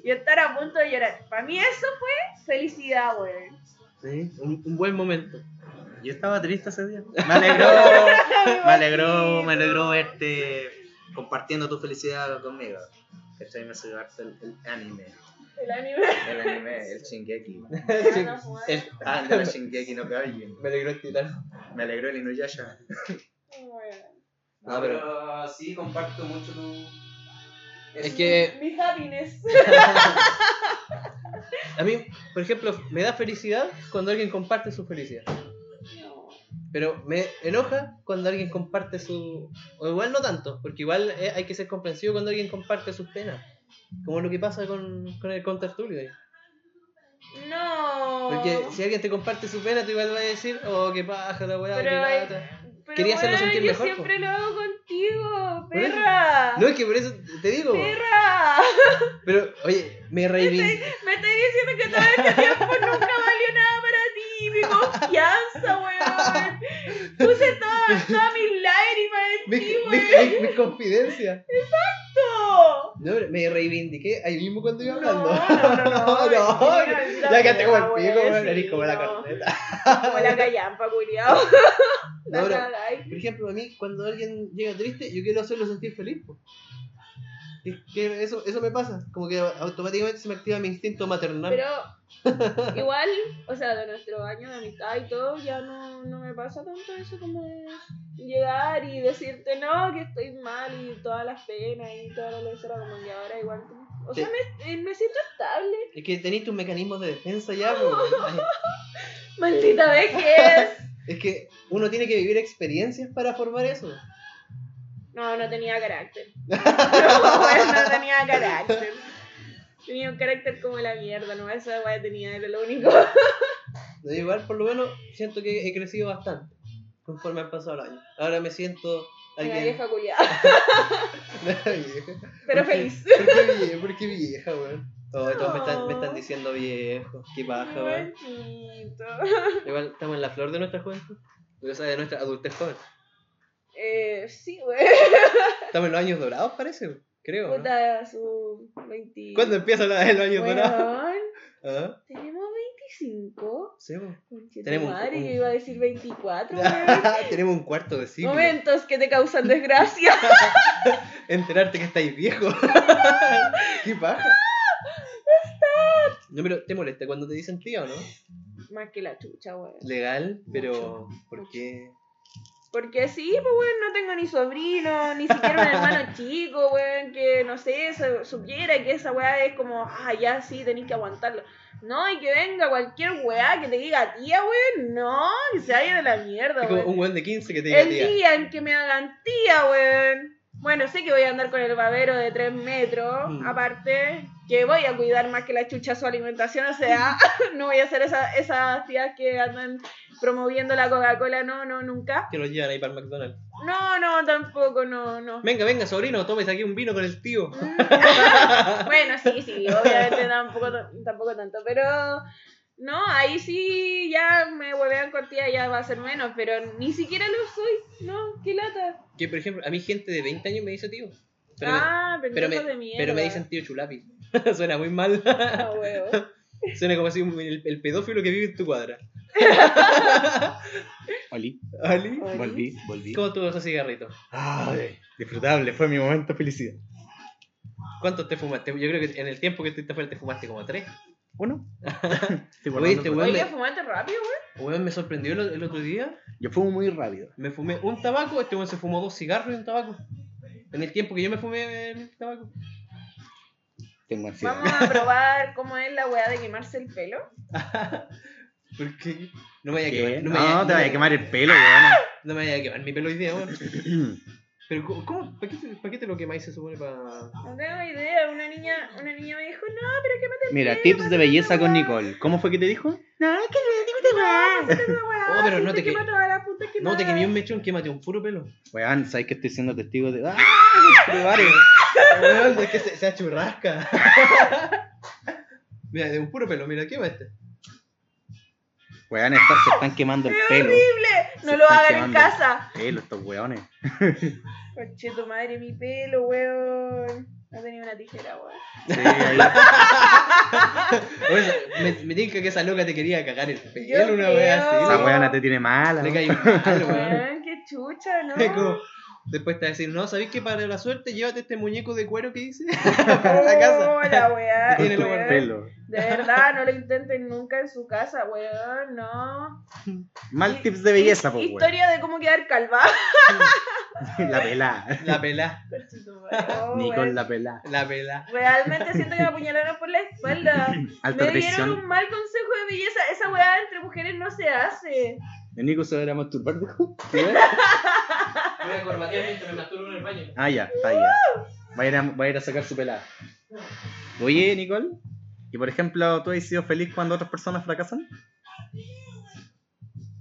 y estar a punto de llorar. Para mí eso fue felicidad, weón.
Sí.
un, un buen momento.
Yo estaba triste ese día. Me alegró, me alegró, me alegró verte compartiendo tu felicidad conmigo. ¿Cachai? Me subió harto el, el anime.
El anime.
El anime, el Shingeki.
El-
Ah, no, el Shingeki no Kyojin.
me alegró el titán.
Me alegró el Inuyasha.
No, pero-
sí comparto mucho tu...
Es que
Mi happiness.
a mí, por ejemplo, me da felicidad cuando alguien comparte su felicidad. Pero me enoja cuando alguien comparte su... O igual no tanto, porque igual eh, hay que ser comprensivo cuando alguien comparte sus penas. Como lo que pasa con, con el contertulio. ahí.
No.
Porque si alguien te comparte su pena, tú igual vas a decir, oh, qué paja la weá,
Pero
qué
hay-
lata.
Pero,
quería hacerlo
weón,
sentir
yo
mejor, po.
siempre lo hago contigo,
Por eso-
perra.
No, es que por eso te digo, weón.
Perra.
pero oye, me reivindico.
Me estás diciendo que todo este tiempo nunca valió nada para ti. Mi confianza, weón. Puse todas todas mis lágrimas en
Mi,
ti,
mi- mi- mi confidencia.
weón.
No, pero me reivindiqué ahí mismo cuando iba
No,
hablando.
no, no,
no,
no,
no.
no,
Ya que te como el
no,
pico,
weón,
weón, eres
sí,
como la
no.
carneta.
Como la callampa, culiao.
No,
La
pero-
cagai.
Por ejemplo, a mí, cuando alguien llega triste, yo quiero hacerlo sentir feliz. po. Es que eso, eso me pasa. Como que automáticamente se me activa mi instinto maternal.
Pero igual, o sea, de nuestro año de amistad y todo, ya no, no me pasa tanto eso como llegar y decirte no, que estoy mal y todas las penas y toda la lecera, como que ahora igual. como- O sea, me, eh, me siento estable.
Es que tenéis tus mecanismos de defensa ya. po. Ay,
Maldita vejez.
Es que uno tiene que vivir experiencias para formar eso.
No, no tenía carácter. No, bueno, no tenía carácter. Tenía un carácter como la mierda, no, esa weá tenía, era lo único.
Yo igual, por lo menos, siento que he crecido bastante conforme han pasado los años. Ahora me siento
Una
alguien.
vieja culiada,
Una vieja.
pero
¿Por qué-
feliz.
¿Por qué vieja? ¿Por qué vieja, weón? Todos, todos me, están, me están
No.
diciendo viejo. Qué paja, weón.
Manchito.
Igual estamos en la flor de nuestra juventud. O sea, de nuestra adultez joven.
Eh, sí, güey.
Estamos en los años dorados, parece, creo. ¿no?
Puta, su 20.
¿Cuándo empieza la, los años dorados?
Weón,
¿Ah?
tenemos 25?
Sí, po.
Conchita
Tenemos un-
madre,
un-
yo iba a decir 24, weón.
Ah, Tenemos un cuarto de siglo.
Momentos que te causan desgracia.
Enterarte que estáis viejo. ¿Qué paja? No, pero ¿te molesta cuando te dicen tío, no?
Más que la chucha, weón.
Legal, pero ¿por qué?
Porque sí, pues, weón, no tengo ni sobrino, ni siquiera un hermano chico, weón, que, no sé, se- supiera que esa weá es como, ah, ya sí, tenéis que aguantarlo. No, y que venga cualquier weá que te diga tía, weón, no, que se vaya de la mierda,
Es como
weón.
un weón de 15 que te diga
El
tía.
día en que me hagan tía, weón. Bueno, sé que voy a andar con el babero de 3 metros,
Mm.
aparte, que voy a cuidar más que la chucha su alimentación, o sea, no voy a ser esa- esas tías que andan promoviendo la Coca-Cola, no, no, nunca.
Que lo llevan ahí para el McDonald's.
No, no, tampoco, no, no.
Venga, venga, sobrino, tomes aquí un vino con el tío.
Mm. bueno, sí, sí, obviamente tampoco, tampoco tanto, pero no, ahí sí ya me huevean con tía, ya va a ser menos, pero ni siquiera lo soy, no, qué lata.
Que por ejemplo, a mí gente de 20 años me dice tío. Pero,
ah,
me, pero,
pendejos de
me,
mierda.
pero me dicen tío chulapi. Suena muy mal.
Ah, huevo.
Suena como así un- el, el pedófilo que vive en tu cuadra.
Oli,
¿Ali?
volví, volví.
¿Cómo tuvo esos cigarritos?
Ay, disfrutable, fue mi momento de felicidad.
¿Cuántos te fumaste? Yo creo que en el tiempo que estuviste afuera te fumaste como tres.
Uno. Estoy
Oye,
guardando-
este weón
Oye,
me,
fumate rápido,
weón, me sorprendió el, el otro día.
Yo fumo muy rápido.
Me fumé un tabaco, este weón se fumó dos cigarros y un tabaco. En el tiempo que yo me fumé el tabaco.
Tengo
güey.
ansiedad.
Vamos a probar cómo es la weá de quemarse el pelo.
¿Por qué? No me vaya a
¿Qué?
quemar.
No,
No, me vaya,
te
no
vaya
me-
a quemar el pelo, weón.
No me vaya a quemar mi pelo hoy día, weón. Pero, ¿cómo- ¿cómo? ¿Para qué, te- para qué te lo quemáis se supone para.?
No tengo idea, una niña, una niña me dijo, no, pero quémate el
Mira,
pelo,
tips de
quémate
belleza
esa
con
weá".
Nicole. ¿Cómo fue que te dijo?
No, es que
No, pues, esa weá,
Oh, pero
si
no te
quema
que-
toda la puta
No, te
quemada.
quemé un mechón, quémate un puro pelo.
Weón, sabes que estoy siendo testigo de. ¡Ah! de varios.
Weón, es que se, se achurrasca. mira, de un puro pelo, mira, quema este.
Weón, está- se están quemando el
¡Es
pelo.
horrible!
Se
No lo
están
hagan en
quemando.
casa.
Pelo, estos weones.
Conche tu madre, mi pelo, weón. No tenía una tijera, weón.
Sí, ahí.
Oye, me, me tinca que esa loca te quería cagar el pelo,
Yo
una wea
creo.
así.
Esa weona te tiene mala.
Le
weón.
caí mal, weón.
Weón, qué chucha, ¿no?
Es como, después te va a decir, no, ¿sabéis que para la suerte llévate este muñeco de cuero que hice?
para
la casa.
Oh, la weá,
Tiene el
weón.
buen
Pelo.
De verdad, no lo intenten nunca en su casa, weón, no.
Mal tips de belleza, pues, weón.
Historia de cómo quedar calva.
La pelá.
La pelá,
Conche tu madre, oh,
Nicole,
weón.
la pelá.
la pelá.
Realmente siento que me apuñalaron por la espalda.
Alta
me dieron
traición.
un mal consejo de belleza. Esa weá entre mujeres no se hace.
El Nico se va a masturbar, dijo.
Voy a corbatear mientras me masturbo en el baño.
Ah, ya, está ya. Va a, ir a, va a ir a sacar su pelada. Oye, Nicole. Y por ejemplo, ¿tú has sido feliz cuando otras personas fracasan?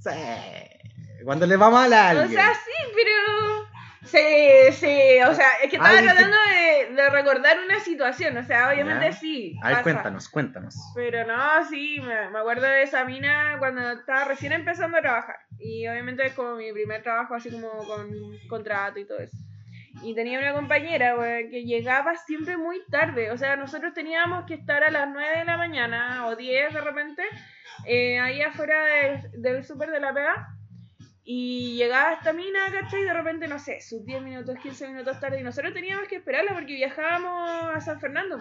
Sí. Cuando le va mal a
O
alguien.
sea, sí, pero. Sí, sí, o sea, es que estaba
Ay, es que-
tratando de, de recordar una situación, o sea, obviamente
Ya.
sí.
a ver,
pasa.
cuéntanos, cuéntanos.
Pero no, sí, me, me acuerdo de esa mina cuando estaba recién empezando a trabajar. Y obviamente es como mi primer trabajo, así como con contrato y todo eso. Y tenía una compañera, weón, que llegaba siempre muy tarde. O sea, nosotros teníamos que estar a las 9 de la mañana o 10 de repente, eh, ahí afuera del, del súper de la pega. Y llegaba esta mina, ¿cachai? Y de repente, no sé, sus 10 minutos, 15 minutos tarde. Y nosotros teníamos que esperarla porque viajábamos a San Fernando.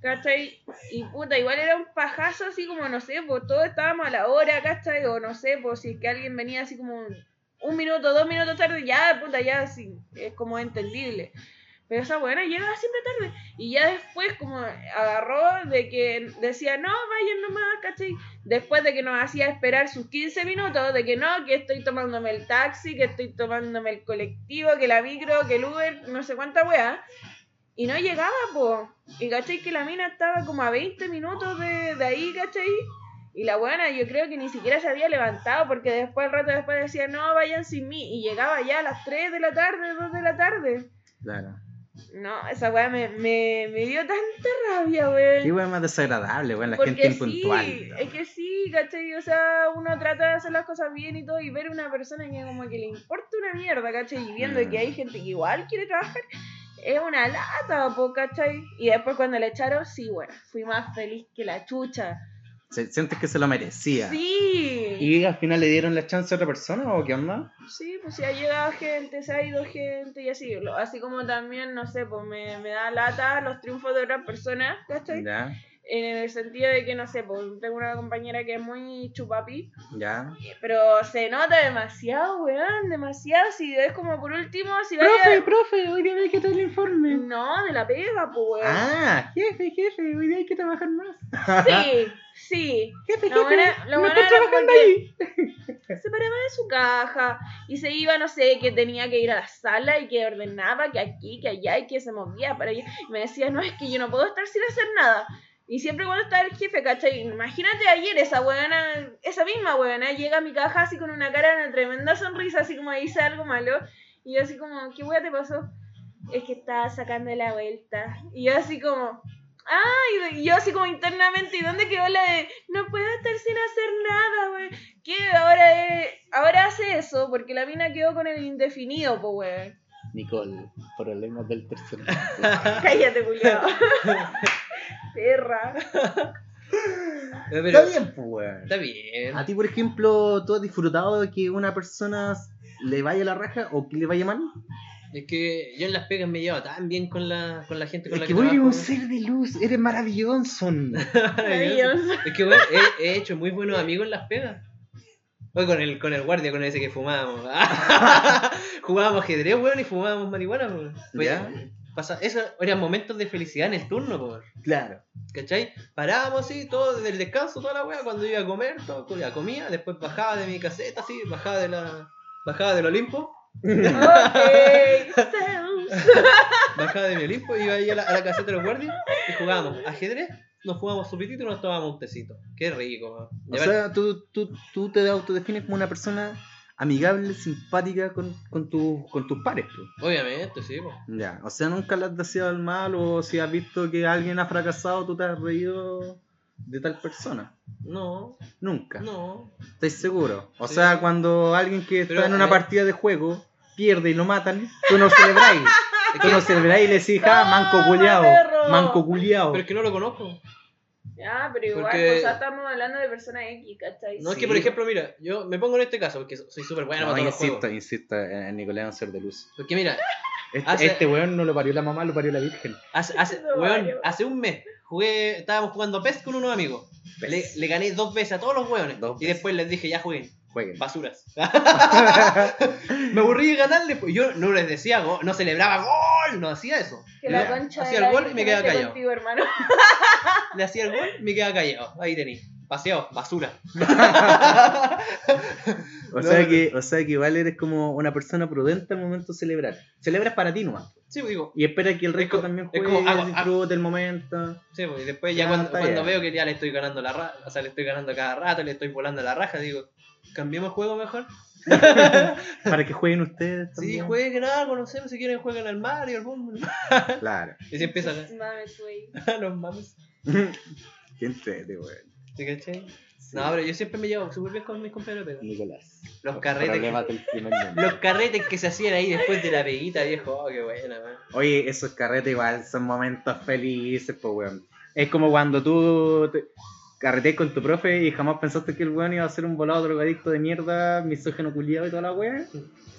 ¿Cachai? Y puta, igual era un pajazo así como, no sé, pues todos estábamos a la hora, ¿cachai? O no sé, pues si es que alguien venía así como un, un minuto, dos minutos tarde, ya, puta, ya sí, es como entendible. Pero esa buena llegaba siempre tarde. Y ya después como agarró de que decía, no, vayan nomás, ¿cachai? Después de que nos hacía esperar sus 15 minutos, de que no, que estoy tomándome el taxi, que estoy tomándome el colectivo, que la micro, que el Uber, no sé cuánta wea. Y no llegaba, po. Y cachai que la mina estaba como a 20 minutos de, de ahí, cachai. Y la buena yo creo que ni siquiera se había levantado porque después, el rato después decía, no, vayan sin mí. Y llegaba ya a las 3 de la tarde, 2 de la tarde.
Claro.
No, esa weá me, me, me dio tanta rabia, weón.
Qué weón más desagradable, weón, la gente impuntual.
Sí, es que sí, ¿cachai? O sea, uno trata de hacer las cosas bien y todo, y ver a una persona que como que le importa una mierda, ¿cachai? Y viendo
Mm.
que hay gente que igual quiere trabajar, es una lata, po, ¿cachai? Y después cuando le echaron, sí, bueno, fui más feliz que la chucha.
Se- ¿Sientes que se lo merecía?
Sí.
¿Y al final le dieron la chance a otra persona o qué onda?
Sí, pues si ha llegado gente, se ha ido gente y así. lo- Así como también, no sé, pues me, me da lata los triunfos de otras personas, ¿cachai?
Ya,
En el sentido de que, no sé, pues tengo una compañera que es muy chupapi,
ya.
pero se nota demasiado, weón, demasiado. Si es como por último, si va
profe, hoy día hay que traer el informe.
No, de la pega, pues, weón.
Ah, jefe, jefe, hoy día hay que trabajar más.
Sí, sí.
Jefe,
Lo bueno, lo bueno era como que se paraba de su caja y se iba, no sé, que tenía que ir a la sala y que ordenaba, que aquí, que allá y que se movía para allá. Y me decía, no, es que yo no puedo estar sin hacer nada. Y siempre cuando está el jefe, ¿cachai? Imagínate ayer esa weona, esa misma weona, llega a mi caja así con una cara, una tremenda sonrisa, así como hice algo malo. Y yo así como, ¿qué wea te pasó? Es que estaba sacando la vuelta. Y yo así como, ¡ah! Y yo así como internamente, ¿y dónde quedó la de, no puedo estar sin hacer nada, weón? ¿Qué? Ahora, eh, ahora hace eso, porque la mina quedó con el indefinido, po, weón.
Nicole, problemas del tercer
Cállate, culiao. Perra.
No, pero-
Está bien, pues, weón.
Está bien.
¿A ti, por ejemplo, tú has disfrutado de que una persona le vaya la raja o que le vaya mal?
Es que yo en las pegas me llevo tan bien con la, con la gente con
Es
la
que vos
trabajo.
eres un ser de luz, eres maravilloso.
Maravilloso.
Es que weón, he, he hecho muy buenos amigos en las pegas. Fue con el, con el guardia, con ese que fumábamos. Jugábamos ajedrez, weón, y fumábamos marihuana, weón. Fue-
Ya.
pasa- esos eran momentos de felicidad en el turno, weón.
Claro.
¿Cachai? Parábamos así, todo desde el descanso, toda la weá, cuando iba a comer, todo, ya comía, después bajaba de mi caseta, así, bajaba de la. Bajaba del Olimpo,
Ok. Zeus.
bajaba de mi Olimpo, iba ahí a la, a la caseta de los guardias y jugábamos ajedrez, nos jugábamos supitito y nos tomábamos un tecito. Qué rico, weón.
O
Llevar-
sea, tú, tú, tú te autodefines como una persona amigable, simpática con, con, tu, con tus pares. pues.
Obviamente, sí, po.
Ya. O sea, nunca le has deseado el mal o si has visto que alguien ha fracasado, tú te has reído de tal persona.
No,
Nunca.
no.
¿Estás seguro? O
Sí.
sea, cuando alguien que está
Pero,
en una
eh,
partida de juego pierde y lo matan, tú no celebráis.
Es
tú
que- ¡Ah,
no celebráis y le decís, "Ja, manco
Toma,
culiao,
perro".
manco culiao.
pero es que no lo conozco.
Ya, pero igual,
Porque-
o sea, estamos hablando de personas X, ¿cachai?
No es
Sí.
que, por ejemplo, mira, yo me pongo en este caso porque soy súper bueno
No,
para todos los
insisto,
juegos.
insisto, eh, Nicolás es un ser de luz.
Porque mira,
Este,
Hace-
este weón no lo parió la mamá, lo parió la virgen.
hace, hace,
No,
weón,
vale, vale.
hace un mes jugué, estábamos jugando PES con unos amigos. Le,
Pes.
le gané dos veces a todos los weones.
Dos
y
veces.
después les dije, ya jueguen,
Jueguen.
basuras. me aburrí de ganarle, pues, yo no les decía, go- no celebraba gol, no hacía eso.
Que la
Ya,
concha
hacía
de la
el gol y
Virgen
me quedaba
esté
callado.
contigo, hermano.
Le hacía el gol, me quedaba callado. Ahí tení. Paseado, basura.
O,
No,
sea
no.
que, o sea que igual eres como una persona prudente al momento de celebrar. Celebras para ti nomás.
Sí, pues, digo,
Y espera que el resto
co-
también
es
juegue,
como ah, hago-
disfrute el momento.
Sí, pues, y después ya
Ah,
cuando,
está
cuando
bien.
veo que ya le estoy ganando la raja, o sea, le estoy ganando cada rato, le estoy volando la raja, digo, ¿cambiemos juego mejor?
Para que jueguen ustedes también.
Sí, jueguen algo, no sé, pues, si quieren jueguen al Mario, al Boom.
Claro.
Y se empieza a
Mames, wey.
los mames.
Qué entrete, weón.
¿Te cachai? No, pero yo siempre me llevo súper bien con mis compañeros de pega.
Nicolás.
Los carretes, que,
Problemas del primer mundo.
los carretes que se hacían ahí después de la peguita, viejo, oh, qué buena, man.
Oye, esos carretes igual son momentos felices, pues, weón. Es como cuando tú te carreteas con tu profe y jamás pensaste que el weón iba a ser un volado drogadicto de mierda, misógeno culiado y toda la weá.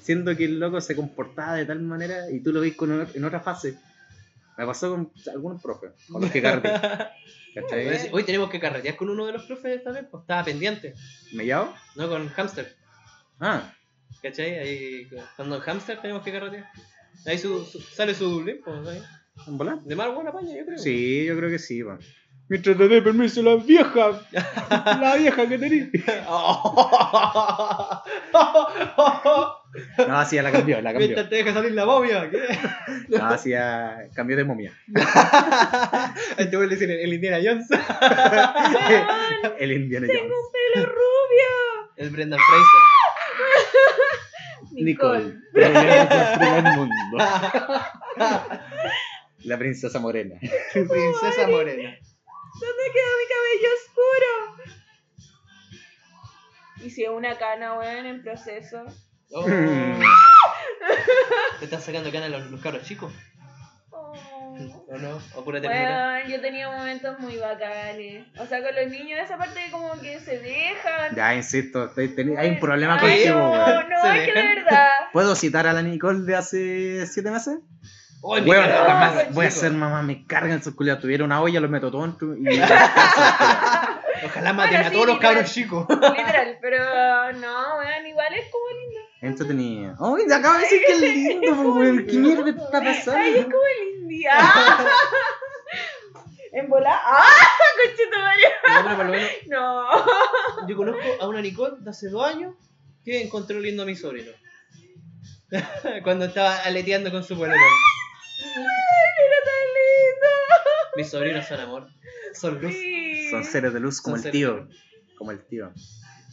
Siendo que el loco se comportaba de tal manera y tú lo ves con or- en otra fase. Me pasó con algunos profes, con los que carreteé.
Pero
¿Cachai?
es- Hoy tenemos que carretear con uno de los profes también, pues estaba pendiente,
¿Me llamo?
¿no? Con Hamster,
Ah,
¿cachai? Ahí, cuando Hamster tenemos que carretear. Ahí su, su- sale su limpo, ¿sabes?
¿un volado?
De más buena paña, yo creo.
Sí, yo creo que sí, weón. Mientras te dé permiso la vieja, la vieja que tenés. No, sí, ya la cambió, la cambió.
Mientras te deja salir la momia. ¿qué?
No, sí, ya cambió de momia.
Este güey le dicen el, el Indiana Jones.
Weón,
El Indiana
Tengo
Jones.
un pelo rubio.
El Brendan Fraser.
Nicole.
Problemas del primer mundo. La princesa morena.
Princesa Morena.
¿Dónde quedó mi cabello oscuro? Y si es una cana, weón, en proceso.
Oh.
Mm.
Te están sacando ganas los, los cabros chicos.
Oh.
¿O no? ¿O pura ternura?
Bueno, yo tenía momentos muy bacanes. O sea, con los niños, esa parte que como que se dejan.
Ya, insisto, estoy teni- hay un problema
Ay,
contigo,
no,
weón.
No,
Se
es que
dejan.
de verdad.
¿Puedo citar a la Nicole de hace siete meses?
¡Ay, mi
Weón,
cara,
mamá,
weón,
voy a
chico!
ser mamá, me cargan sus culiados. Tuviera una olla, los meto todos en tu- y-
Ojalá maten
Bueno,
a
sí,
todos los
literal.
cabros chicos.
Literal, pero no, weón, igual es como lindo.
Entretenido. ¡Uy, te acabo de decir que es lindo, po, weón! ¿Qué mierda te está
Ay, es
pasando?
como lindo. ¡Ah! En volar. ¡Ah! Conchito
No, pero por lo menos
No.
yo conozco a una Nicole de hace dos años que encontró lindo a mi sobrino. Cuando estaba aleteando con su pololo.
Ay,
Mis sobrinos son amor. Son
mira tan lindo.
luz.
Sí.
Son seres de luz como
Son
el
seres
tío. Como el tío.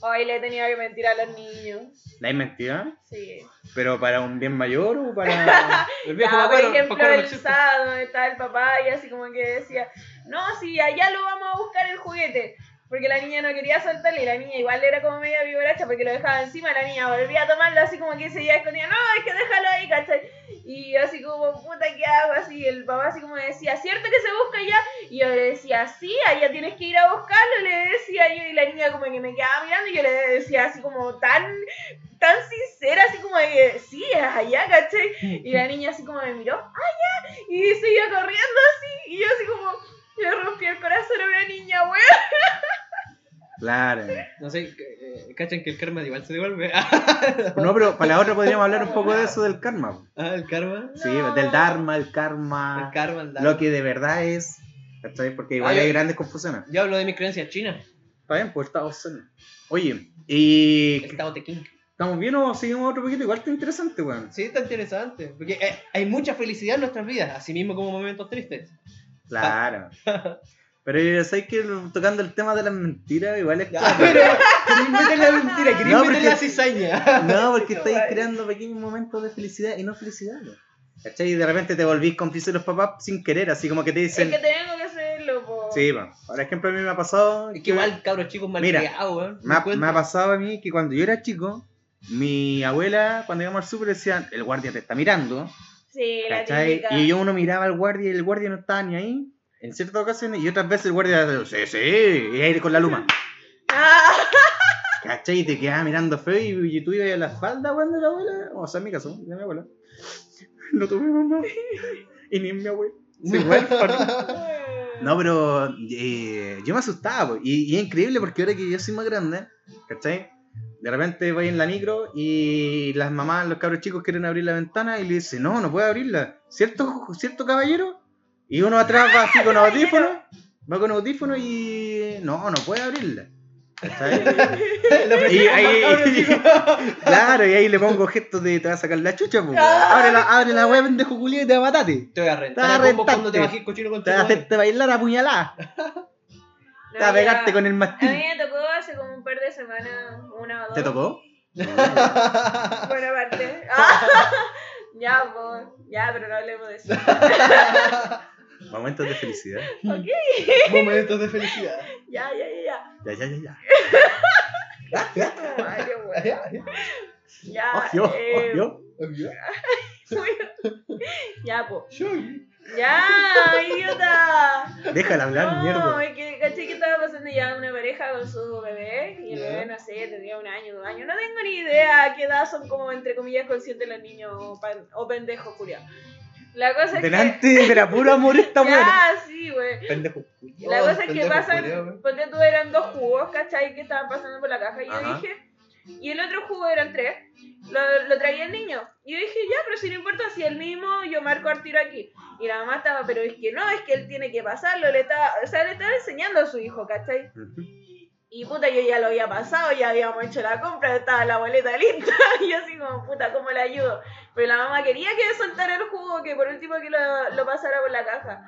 Hoy le he tenido que mentir a los niños.
¿La hay mentira?
Sí.
¿Pero para un bien mayor o para.?
El viejo
Ah, por
Pacuero-
ejemplo,
Pacuero no
el
existe.
sábado estaba el papá y así como que decía, no, sí, allá lo vamos a buscar el juguete. Porque la niña no quería soltarle, y la niña igual era como media viboracha porque lo dejaba encima, la niña volvía a tomarlo así como que seguía escondida, no, es que déjalo ahí, ¿cachai? Y así como, puta, ¿qué hago? Así, el papá así como decía, ¿cierto que se busca allá? Y yo le decía, sí, allá tienes que ir a buscarlo, le decía yo, y la niña como que me quedaba mirando y yo le decía así como tan, tan sincera, así como de que, sí, es allá, ¿cachai? Y la niña así como me miró, ¡ay, ya! Y seguía corriendo así, y yo así como, le rompí el corazón a una niña, weón.
Claro.
No sé, eh, cachan que el karma igual se devuelve.
No, pero para la otra podríamos hablar un poco de eso del karma. po.
Ah, el karma.
Sí,
No.
del dharma, el karma.
El karma, el
Ah. Lo
dharma.
que de verdad es. ¿Cachai? Porque igual
Ay,
hay
ay.
grandes confusiones.
Yo hablo de mis creencias chinas.
Está bien, pues está obsceno. Oye, y.
El Tao Te Ching.
¿Estamos bien o seguimos otro poquito? Igual está interesante, weón.
Sí, está interesante. Porque eh, hay mucha felicidad en nuestras vidas, así mismo como momentos tristes.
Claro. Pero yo sé que lo- tocando el tema de las mentiras, igual es.
Ya,
como-
pero queréis meter la mentira, queréis
No,
meter
porque-
la cizaña.
No, porque
No,
estáis
vale.
creando pequeños momentos de felicidad y no felicidad, weón. ¿Cachai? Y de repente te volvís cómplice de los papás sin querer, así como que te
Es
dicen.
que tengo que hacerlo, po.
Sí, weón. Por ejemplo, a mí me ha pasado.
Es que igual, cabros chicos mal
Mira,
criados, weón.
Me ha,
Cuenta.
me ha pasado a mí que cuando yo era chico, mi abuela, cuando íbamos al súper, decía, el guardia te está mirando,
Sí, la
¿cachai?
típica.
Y yo uno miraba al guardia y el guardia no estaba ni ahí, en ciertas ocasiones, y otras veces el guardia, sí, sí, y ahí con la luma,
Ah,
¿cachai? Y te quedaba mirando feo y, y tú ibas a la espalda, weón, de la abuela, o sea, en mi caso, de mi abuela. No tuve mamá, y ni mi abuela. Sí, igual, por- No, pero eh, yo me asustaba, po. y, y es increíble porque ahora que yo soy más grande, ¿cachai? De repente voy en la micro y las mamás, los cabros chicos quieren abrir la ventana y le dicen, no, no puede abrirla, ¿cierto, cierto caballero? Y uno atrás va así con audífono, va con audífono y no, no puede abrirla. ¿Cachai?
Lo
Y
ofrecimos mal, cabros
ahí,
chicos.
claro, y ahí le pongo gestos de te va a sacar la chucha, pues. Abre la, abre la wea, pendejo culiao, y te va a matate.
Te voy a
Te
rentar
voy a
a combos
rentar,
cuando te
tío.
bajes cochino con tu
Te va a
madre.
hacerte bailar a puñalada. Te va a
No, ya.
pegarte con el
A
mastín.
mí me tocó hace como un par de semanas, una o dos.
¿Te tocó?
Buena parte. Ah, ya, po. Ya, pero no hablemos de eso.
Momentos de felicidad.
Ok,
Momentos de felicidad.
ya, ya, ya, ya.
Ya, ya, ya, ya.
Ay, weón. Ya,
Ojo,
eh,
ojo.
Ya, pues. po. Ya, idiota.
Déjala hablar,
no,
mierda.
es que caché que estaba pasando ya una pareja con su bebé y el
Ya.
bebé, no sé, tenía un año, dos años, no tengo ni idea a qué edad son como entre comillas conscientes los niños o, pan- o pendejos, curia. La cosa es
Delante de la puro amor
que...
esta buena.
Ya, sí, güey.
Pendejo.
La cosa es que pasan, porque tú eran dos jugos, ¿cachai? Que estaban pasando por la caja y yo
Ajá.
dije, y el otro jugo eran tres, lo, lo traía el niño. Y yo dije, ya, pero si no importa, si el mismo, yo marco al tiro aquí. Y la mamá estaba, pero es que no, es que él tiene que pasarlo, le estaba, o sea, le estaba enseñando a su hijo, ¿cachai? Y puta, yo ya lo había pasado, ya habíamos hecho la compra, estaba la boleta lista. Y yo así como, puta, ¿cómo le ayudo? Pero la mamá quería que soltara el jugo, que por último que lo, lo pasara por la caja.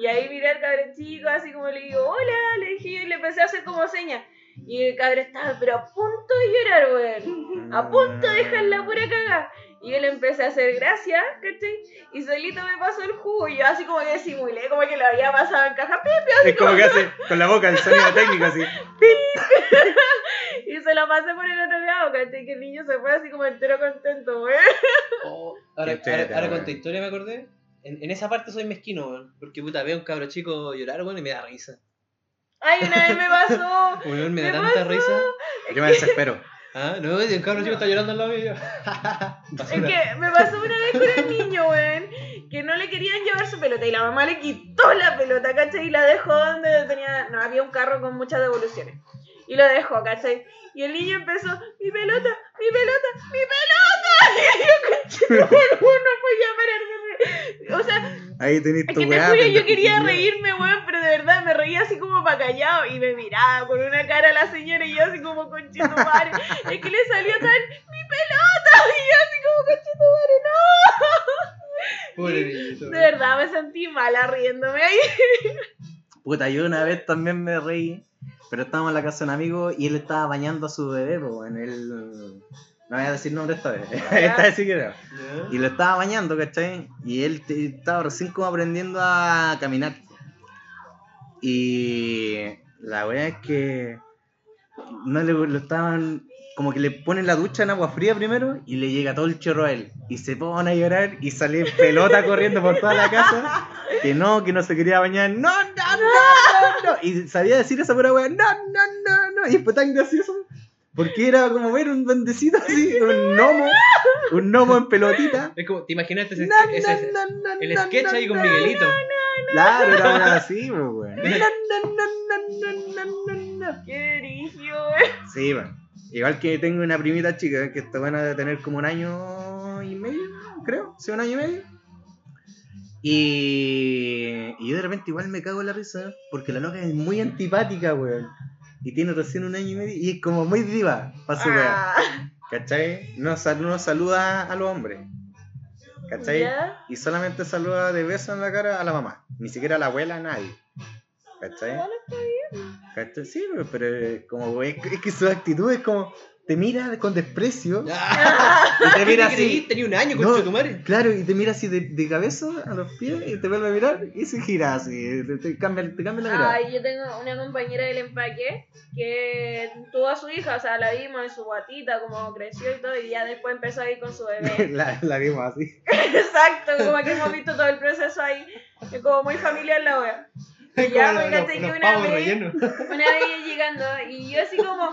Y ahí miré al cabrón chico, así como le digo, hola, le dije, y le empecé a hacer como señas. Y el cabrón estaba, pero a punto de llorar, weón. A punto de dejar la pura cagada. Y yo le empecé a hacer gracias, ¿cachai? Y solito me pasó el jugo. Y yo así como que simulé, como que lo había pasado en caja. ¡pip!
Es como que hace con la boca el sonido técnico así.
Y se lo pasé por el otro lado, ¿cachai? Que el niño se fue así como entero contento, weón.
ahora,
Qué cheta,
Oh, ahora- ahora con
weón.
tu historia me acordé En, en esa parte soy mezquino, weón. Porque puta, veo a un cabro chico llorar, weón, y me da risa.
Ay, una vez me pasó.
Weón, me da
Me
tanta
pasó.
risa.
Yo me desespero.
Ah, no, y un cabro chico está llorando al lado mío. y yo,
Es
Basura.
que me pasó una vez con un niño, weón, que no le querían llevar su pelota y la mamá le quitó la pelota, ¿cachai? Y la dejó donde tenía, no, había un carro con muchas devoluciones. Y lo dejó, ¿cachai? Y el niño empezó, mi pelota, mi pelota, mi pelota. Y yo, conchetumare, no podía parar de reír. O sea,
Ahí tenés
es
tu
que te
weá.
juro, yo
pendejo,
quería
culiao.
reírme, weón, pero de verdad me reía así como para callado y me miraba con una cara la señora y yo así como conchetumare. es que le salió tan mi pelota y yo así como conchetumare, no.
Pobre eh. niñito.
De verdad me sentí mala riéndome ahí.
Puta, yo una vez también me reí, pero estábamos en la casa de un amigo y él estaba bañando a su bebé, pues, en el... No voy a decir nombre esta vez, esta vez sí que no.
¿Ya?
Y lo estaba bañando, ¿cachai? Y él te- estaba recién como aprendiendo a caminar. Y la wea es que no le lo estaban. Como que le ponen la ducha en agua fría primero y le llega todo el chorro a él. Y se pone a llorar y sale en pelota corriendo por toda la casa. Que no, que no se quería bañar. No, no, no, no, no. Y sabía decir esa pura wea. No, no, no, no. Y fue tan gracioso. Porque era como ver un duendecito así, un gnomo. Un gnomo en pelotita.
Es como, ¿te imaginaste ese,
No,
sketch- ese-
no, no, no,
el
no,
sketch
no,
ahí con
no.
Miguelito?
Claro, era una así, pues, weón.
Mira.
No, no, no, no, no, no, no.
Qué eh. dirigio, weón.
Sí, weón. Igual que tengo una primita chica que está buena de tener como un año y medio, creo. Sí, un año y medio. Y, y yo de repente igual me cago en la risa, porque la loca es muy antipática, weón. Y tiene recién un año y medio y es como muy diva para su weá.
Ah,
¿Cachai? No, sal- no saluda a los hombres. ¿Cachai?
¿Ya?
y solamente saluda de beso en la cara a la mamá, ni siquiera a la abuela, a nadie. ¿Cachai?
Igual está bien.
¿Cachai? Sí, pero- pero eh, como es, es que su actitud es como te mira con desprecio
Ah,
y te
¿qué te
mira
creí?
así.
Tenía un año,
No.
con tu madre.
Claro, y te mira así de, de cabeza a los pies y te vuelve a mirar y se gira así, te, te cambia, te cambia la mirada.
Ay, yo tengo una compañera del empaque que tuvo a su hija, o sea, la vimos en su guatita, como creció y todo, y ya después empezó a ir con su bebé.
la, la vimos así.
Exacto, como que hemos visto todo el proceso ahí. Es como muy familiar la wea. Y
Es
ya,
como
pues,
los-
caché
los
que una
pavos
vez,
rellenos.
una vez ella llegando, y yo así como,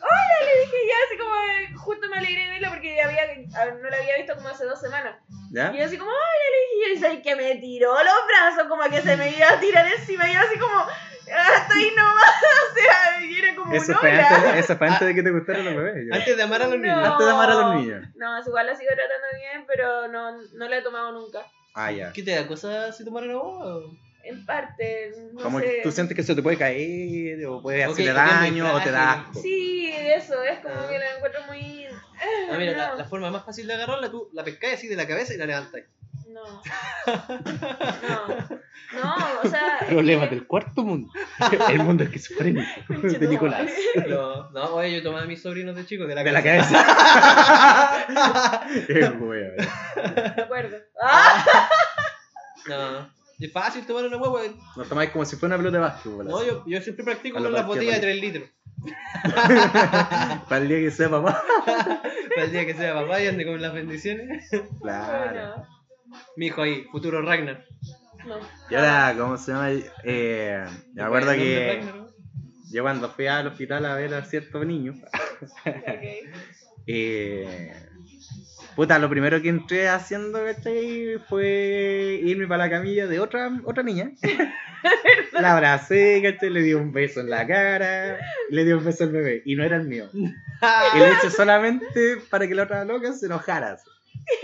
¡Hola! Le dije, ya así como, eh, justo me alegré de verla porque ya había, a- no la había visto como hace dos semanas.
¿Ya?
Y yo así como, ¡Hola! Le dije, y ¿sabes que me tiró los brazos, como que se me iba a tirar encima. Y yo así como, ¡Hasta ahí nomás! O sea, y era como
Eso
un
fue,
hola.
antes, eso fue antes de que te gustaran los bebés. yo.
Antes de amar a los niños.
Antes de amar a los niños.
No, igual la sigo tratando bien, pero no, no la he tomado nunca.
Ah, ya.
¿Qué te da cosa si tomar una boba?
En parte, no
Como
sé.
que tú sientes que eso te puede caer o puede
Ok,
hacerle
ok, muy
daño o te
frágil.
da asco.
Sí, eso, es como
Ah.
que la encuentro muy.
Ah, mira, la,
no.
la forma más fácil de agarrarla, tú la pescáis así de la cabeza y la levantáis.
No. No. No, o sea.
Problemas del cuarto mundo. El mundo esquizofrénico.
Conchetumare.
De Nicolás.
No, no, oye, yo tomaba a mis sobrinos de chicos de la
De la
cabeza.
cabeza. Qué wea, wea.
De acuerdo. ¡Ah!
No. Es fácil tomar una huevo.
Lo tomáis como si fuera una pelota de básquetbol.
No,
así.
yo, yo siempre practico
A la
con las
cualquier
botellas de 3 litros.
Para el día que sea papá.
Para el día que sea papá y ande con las bendiciones.
Claro.
Mi hijo ahí, futuro Ragnar.
No. no.
Y ahora, ¿cómo se llama? Eh, me acuerdo
¿El nombre
que
Ragnar?
yo cuando fui al hospital a ver a cierto niño,
Ah, Ok.
Eh, puta, lo primero que entré haciendo, ¿cachai? Fue irme para la camilla de otra, otra niña. la abracé, ¿cachai? Le di un beso en la cara. Le di un beso al bebé. Y no era el mío. Y lo hice solamente para que la otra loca se enojara. así.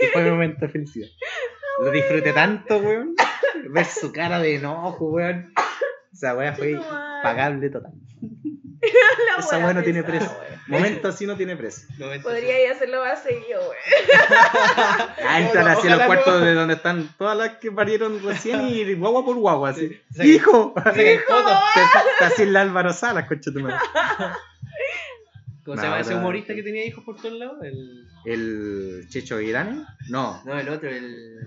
Y fue mi momento de felicidad. Lo disfruté tanto, weón. Ver su cara de enojo, weón. Esa weá fue
Conchetumare.
pagable total.
La
Esa
wea
weá no tiene
pesada,
precio.
wea.
Momento así no tiene precio.
Noventa.
Podría ir a hacerlo más seguido, wey.
Ah, entran
Ojalá
así a los
no.
cuartos de donde están todas las que parieron recién y guagua por guagua, así.
Sí.
¡Hijo!
Sacan fotos.
Te- te- Así el Álvaro Salas, concha tu madre.
¿Cómo
No,
se llama ese
no.
humorista que tenía hijos por todos lados? El...
¿El Checho Irán? No.
No, el otro, el.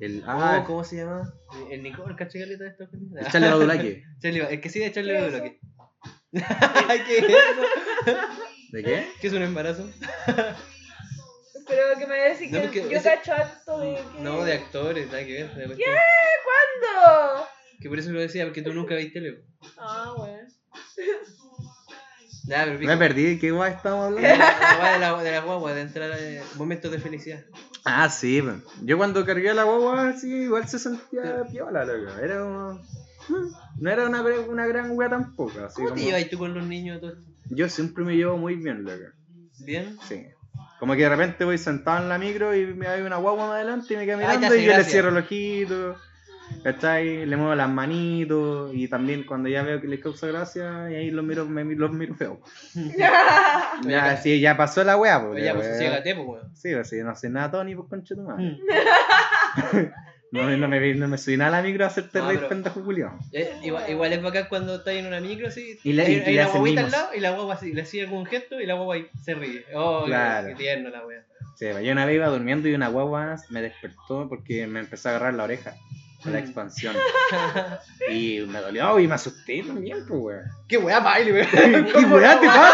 El,
Ah,
ah,
¿cómo se llama? El Nicole, ¿cachai caleta de estos
el Charlie Badulaque.
Charlie, el que sí de
¿Qué
Charlie
es
Badula, ¿qué? ¿Qué es eso?
¿De qué?
¿Qué es un embarazo?
Pero que me decís
No,
que
porque
yo
ese- Mm,
cacho harto de. que-
No, de actores, nada que ver. de cuestión.
¿Cuándo?
Que por eso lo decía, porque tú nunca viste tele.
Ah, bueno.
Nada, pero pico.
Me perdí, ¿qué guay estamos
La
hablando?
guagua de la, de la guagua, de entrar a momentos de felicidad.
ah, sí, weón. yo cuando cargué a la guagua, sí, igual se sentía piola, loco. Era como... No era una, gre- una gran wea tampoco. Así
¿Cómo te
como-
llevas tú con los niños a todo este esto?
Yo siempre me llevo muy bien, loco.
¿Bien?
Sí. Como que de repente voy sentado en la micro y me hay una guagua más adelante y me queda
Ah, te
mirando
hace
y yo le
gracia.
cierro el ojito. ¿Cachai? Le muevo las manitos y también cuando ya veo que les causa gracia y ahí los miro, me, los miro feo. Ya, sí, ya pasó la weá, pues.
Oye, ya, pues ciégate, pues, weón.
Sí, pues sí, no hace nada Tony, pues concha tu madre.
Hmm.
No, me- no, me, no me subí nada a la micro a hacerte
No,
reír,
pero-
pendejo culiao.
Eh, Igual, igual es bacán cuando estás en una micro así.
Y le-
hay,
y
hay
le
una
hacen
guaguita al
mimos.
lado y la guagua así, le sigue algún gesto y la guagua ahí se ríe. Oh, qué-
Claro.
qué tierno la wea.
Sí, pues, yo una vez iba durmiendo y una guagua me despertó porque me empezó a agarrar la oreja con la
Mm.
expansión. y me dolió y me asusté también, pues, weón.
Qué wea baile, weón.
¿Qué weá te pasa?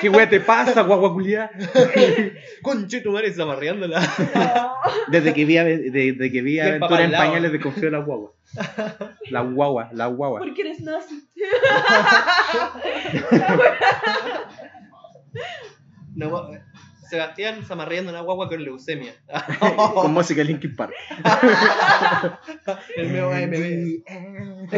¿Qué weá te pasa, guagua culiá?
Conche tu madre zamarreándola.
No.
Desde que vi, a- desde que vi
Y el
Aventura
papá
en
al lado.
Pañales desconfío de la guagua. La guagua, la guagua.
Porque eres nazi.
No, gua- Sebastián zamarreando una guagua con leucemia. Oh.
Con música de Linkin Park.
El nuevo AMB.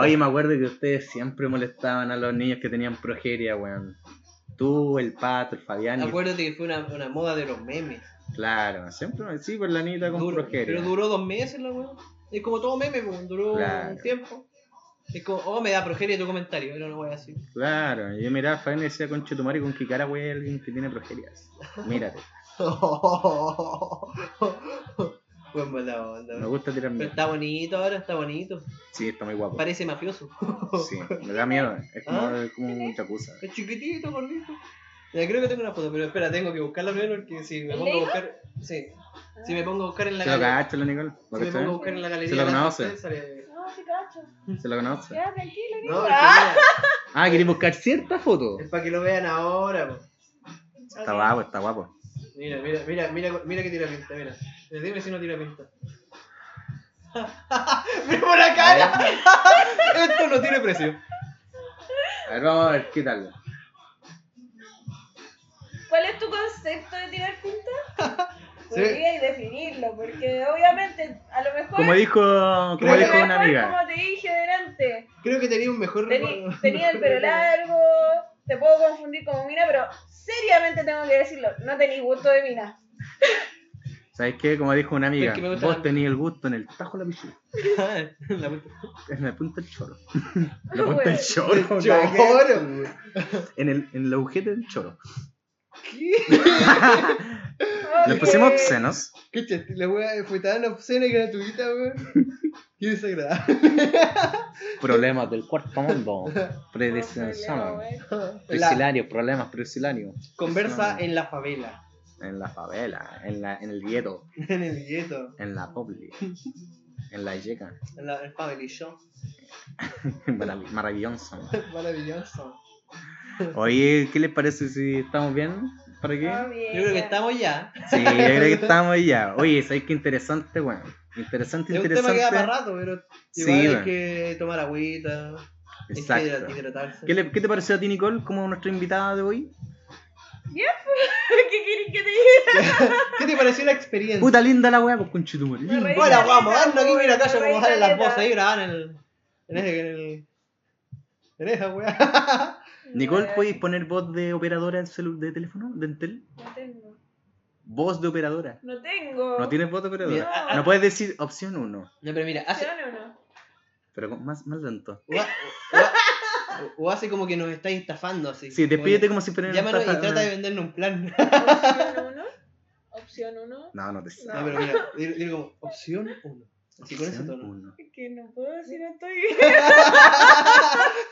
Oye, me acuerdo que ustedes siempre molestaban a los niños que tenían progeria, weón. Tú, el Pato, el Fabián. y-
Acuérdate que fue una, una moda de los memes.
Claro, siempre, sí, por la niñita con
Duró-
progeria.
pero duró dos meses la weón. Es como todo meme, weón. Duró
Claro.
un tiempo. Es como, oh, me da progeria tu comentario. Era una wea así.
Claro, yo miraba a Fabián y decía, conche tu madre, con qué cara, güey, alguien que tiene progerias. Mírate,
Buen mala onda.
me gusta tirar
Pero
miedo.
está bonito ahora, está bonito.
Sí, está muy guapo.
Parece mafioso.
Sí, me da miedo, es como,
¿Ah?
como un yakuza.
Es chiquitito, gordito. Ya creo que tengo una foto, pero espera, tengo que buscarla primero porque si me
¿El
pongo a
Leiva?
buscar. Sí. Si me pongo a buscar en la
Se lo
galería.
cacha, la Nicole. ¿Lo
Si me pongo a
cachai?
buscar en la galería.
Se lo
de la
conoce.
Merced, sale-
No, sí, cacho.
Se lo conoce.
Ya, tranquilo,
No,
no,
es que mira,
Ah, quería buscar cierta foto.
es para que lo vean ahora. po.
Está guapo, está guapo.
Mira, mira, mira, mira, mira que tira pinta, mira. Mira, Dime si no tira pinta. ¡Mira por la cara! Esto no tiene precio.
A ver, vamos a ver qué tal.
¿Cuál es tu concepto de tirar pinta?
Sí.
Podría y definirlo, porque obviamente a lo mejor.
Como dijo, como
Creo que
dijo
mejor
una amiga.
Como te dije delante,
Creo que tenía un mejor
tení-
recuerdo.
tenía el pelo largo, te puedo confundir como mina, pero seriamente tengo que decirlo, no tenés gusto de mina.
¿Sabes qué? Como dijo una amiga,
Es que me gusta
vos
la-
tenés el gusto en el tajo de la piscina.
La puta.
En la punta del choro. La punta
Bueno.
del choro.
Choro.
En el, en el agujete del choro.
¿Qué?
Nos
Ok.
pusimos obscenos.
¿Qué chiste? La wea fue tan obscena y gratuita, weón. Qué desagradable.
Problemas del cuarto mundo.
No,
Predestinado.
güey.
La-
Presilario, problemas presilarios.
Conversa en la favela.
En la favela, en, la, en el gueto,
En el gueto.
en la publi, en la yeca.
En la el family show.
Marav- Maravilloso.
Maravilloso.
Oye, ¿qué les parece si estamos bien? ¿Para
Ah,
qué?
bien,
Yo creo que
ya.
estamos ya.
Sí, yo creo que estamos ya. Oye, ¿sabes qué interesante, bueno? Interesante,
Es un tema que da para
interesante.
rato, pero
Sí,
igual hay
weón.
que tomar agüita. hay que hidra-
Exacto.
hidratarse.
¿Qué, le- ¿Qué te pareció a ti, Nicole, como nuestra invitada de hoy?
¿Qué querés que te diga?
¿Qué te pareció la experiencia?
Puta linda la weá, pues conchetumare.
Me reí.
Hola, vamos, anda aquí, mira, acá,
Reí
como salen las
caleta.
voces ahí graban en el. En ese, en el. En esa weá.
Nicole,
No,
¿puedes poner voz de operadora en celu- de teléfono? ¿De Entel?
No tengo.
Voz de operadora.
No tengo.
No tienes voz de operadora.
Mira,
No puedes decir opción 1,
No, pero mira, hace,
¿Sí o no?
pero con- más, más lento.
O, o- o- o hace como que nos estáis estafando así.
Sí, despídete como si fuera ah.
Llámalo y
estafa-
trata de vendernos un plan.
Opción uno. Opción uno.
No, no te sé.
No, pero mira, dile, dile como, opción 1. Así con ese
Opción
tono.
uno.
Que no puedo decir, no estoy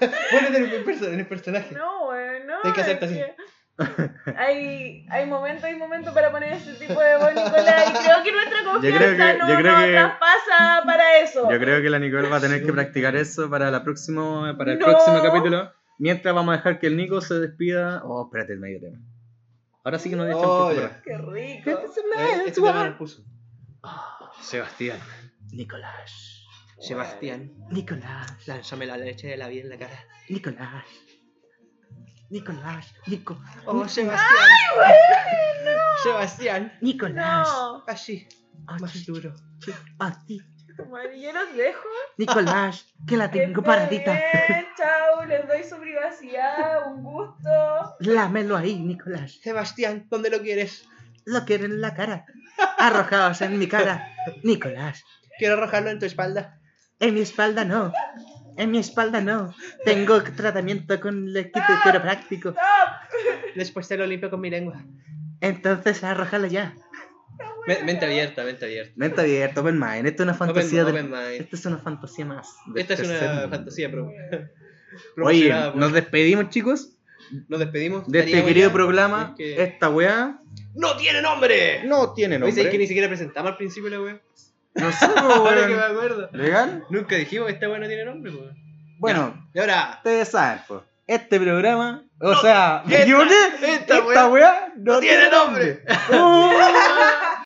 Ponete en el, perso- en el personaje.
No, güey, no.
Tienes que hacerte
es
así.
que Hay, hay momento, hay momento para poner ese tipo de voz, Nicolás. Y creo que nuestra
creo
confianza
que-
no
yo creo
no
que-
traspasa para eso.
Yo creo que la Nicole va a tener que practicar eso para, la próximo, para el
No.
próximo capítulo. Mientras vamos a dejar que el Nico se despida. Oh, espérate, el medio tema. Ahora sí que nos echan
Oh,
por
ya.
fuera.
Qué rico.
Eh, Este tema no lo puso.
Sebastián. Nicolás.
Sebastián. Nicolás. Lánzame la leche de la vida en la cara.
Nicolás. Nicolás. Nico.
Oh, Sebastián. Sebastián.
Nicolás.
No.
Así. Más duro.
A ti.
Bueno, yo los dejo.
Nicolás. Que la
Que estén Bien, chao, les doy su privacidad. Un gusto.
Lámelo ahí, Nicolás.
Sebastián, ¿dónde lo quieres?
Lo quiero en la cara. Arrojaos en mi cara. Nicolás.
Quiero arrojarlo en tu espalda.
En mi espalda no. En mi espalda no. Tengo tratamiento con el equipo práctico.
¡Stop!
Después te lo limpio con mi lengua.
Entonces, arrójalo ya.
Ve- Mente abierta, mente abierta.
Mente abierta, open mind. Esto es una fantasía
Open-
del-
open mind.
Esto es una fantasía más. de
Esta es
tercer
una
mundo.
fantasía pro.
Oye,
promocionada por-
nos despedimos, chicos,
nos despedimos.
de este
Estaríamos
querido
ya-
programa. este
es que-
Esta weá
¡No tiene nombre!
no tiene
Oye, ¿sabes que ni
nombre.
siquiera presentamos al principio la wea?
No sé, po,
Ahora que me
weón.
acuerdo.
¿Legal?
Nunca dijimos que esta wea no tiene nombre, weón.
Bueno,
Y ahora.
ustedes saben, po. Este programa, o sea, ¿me
esta-
equivoqué?
esta
Esta
weá
weá no
tiene
tiene nombre. Uh.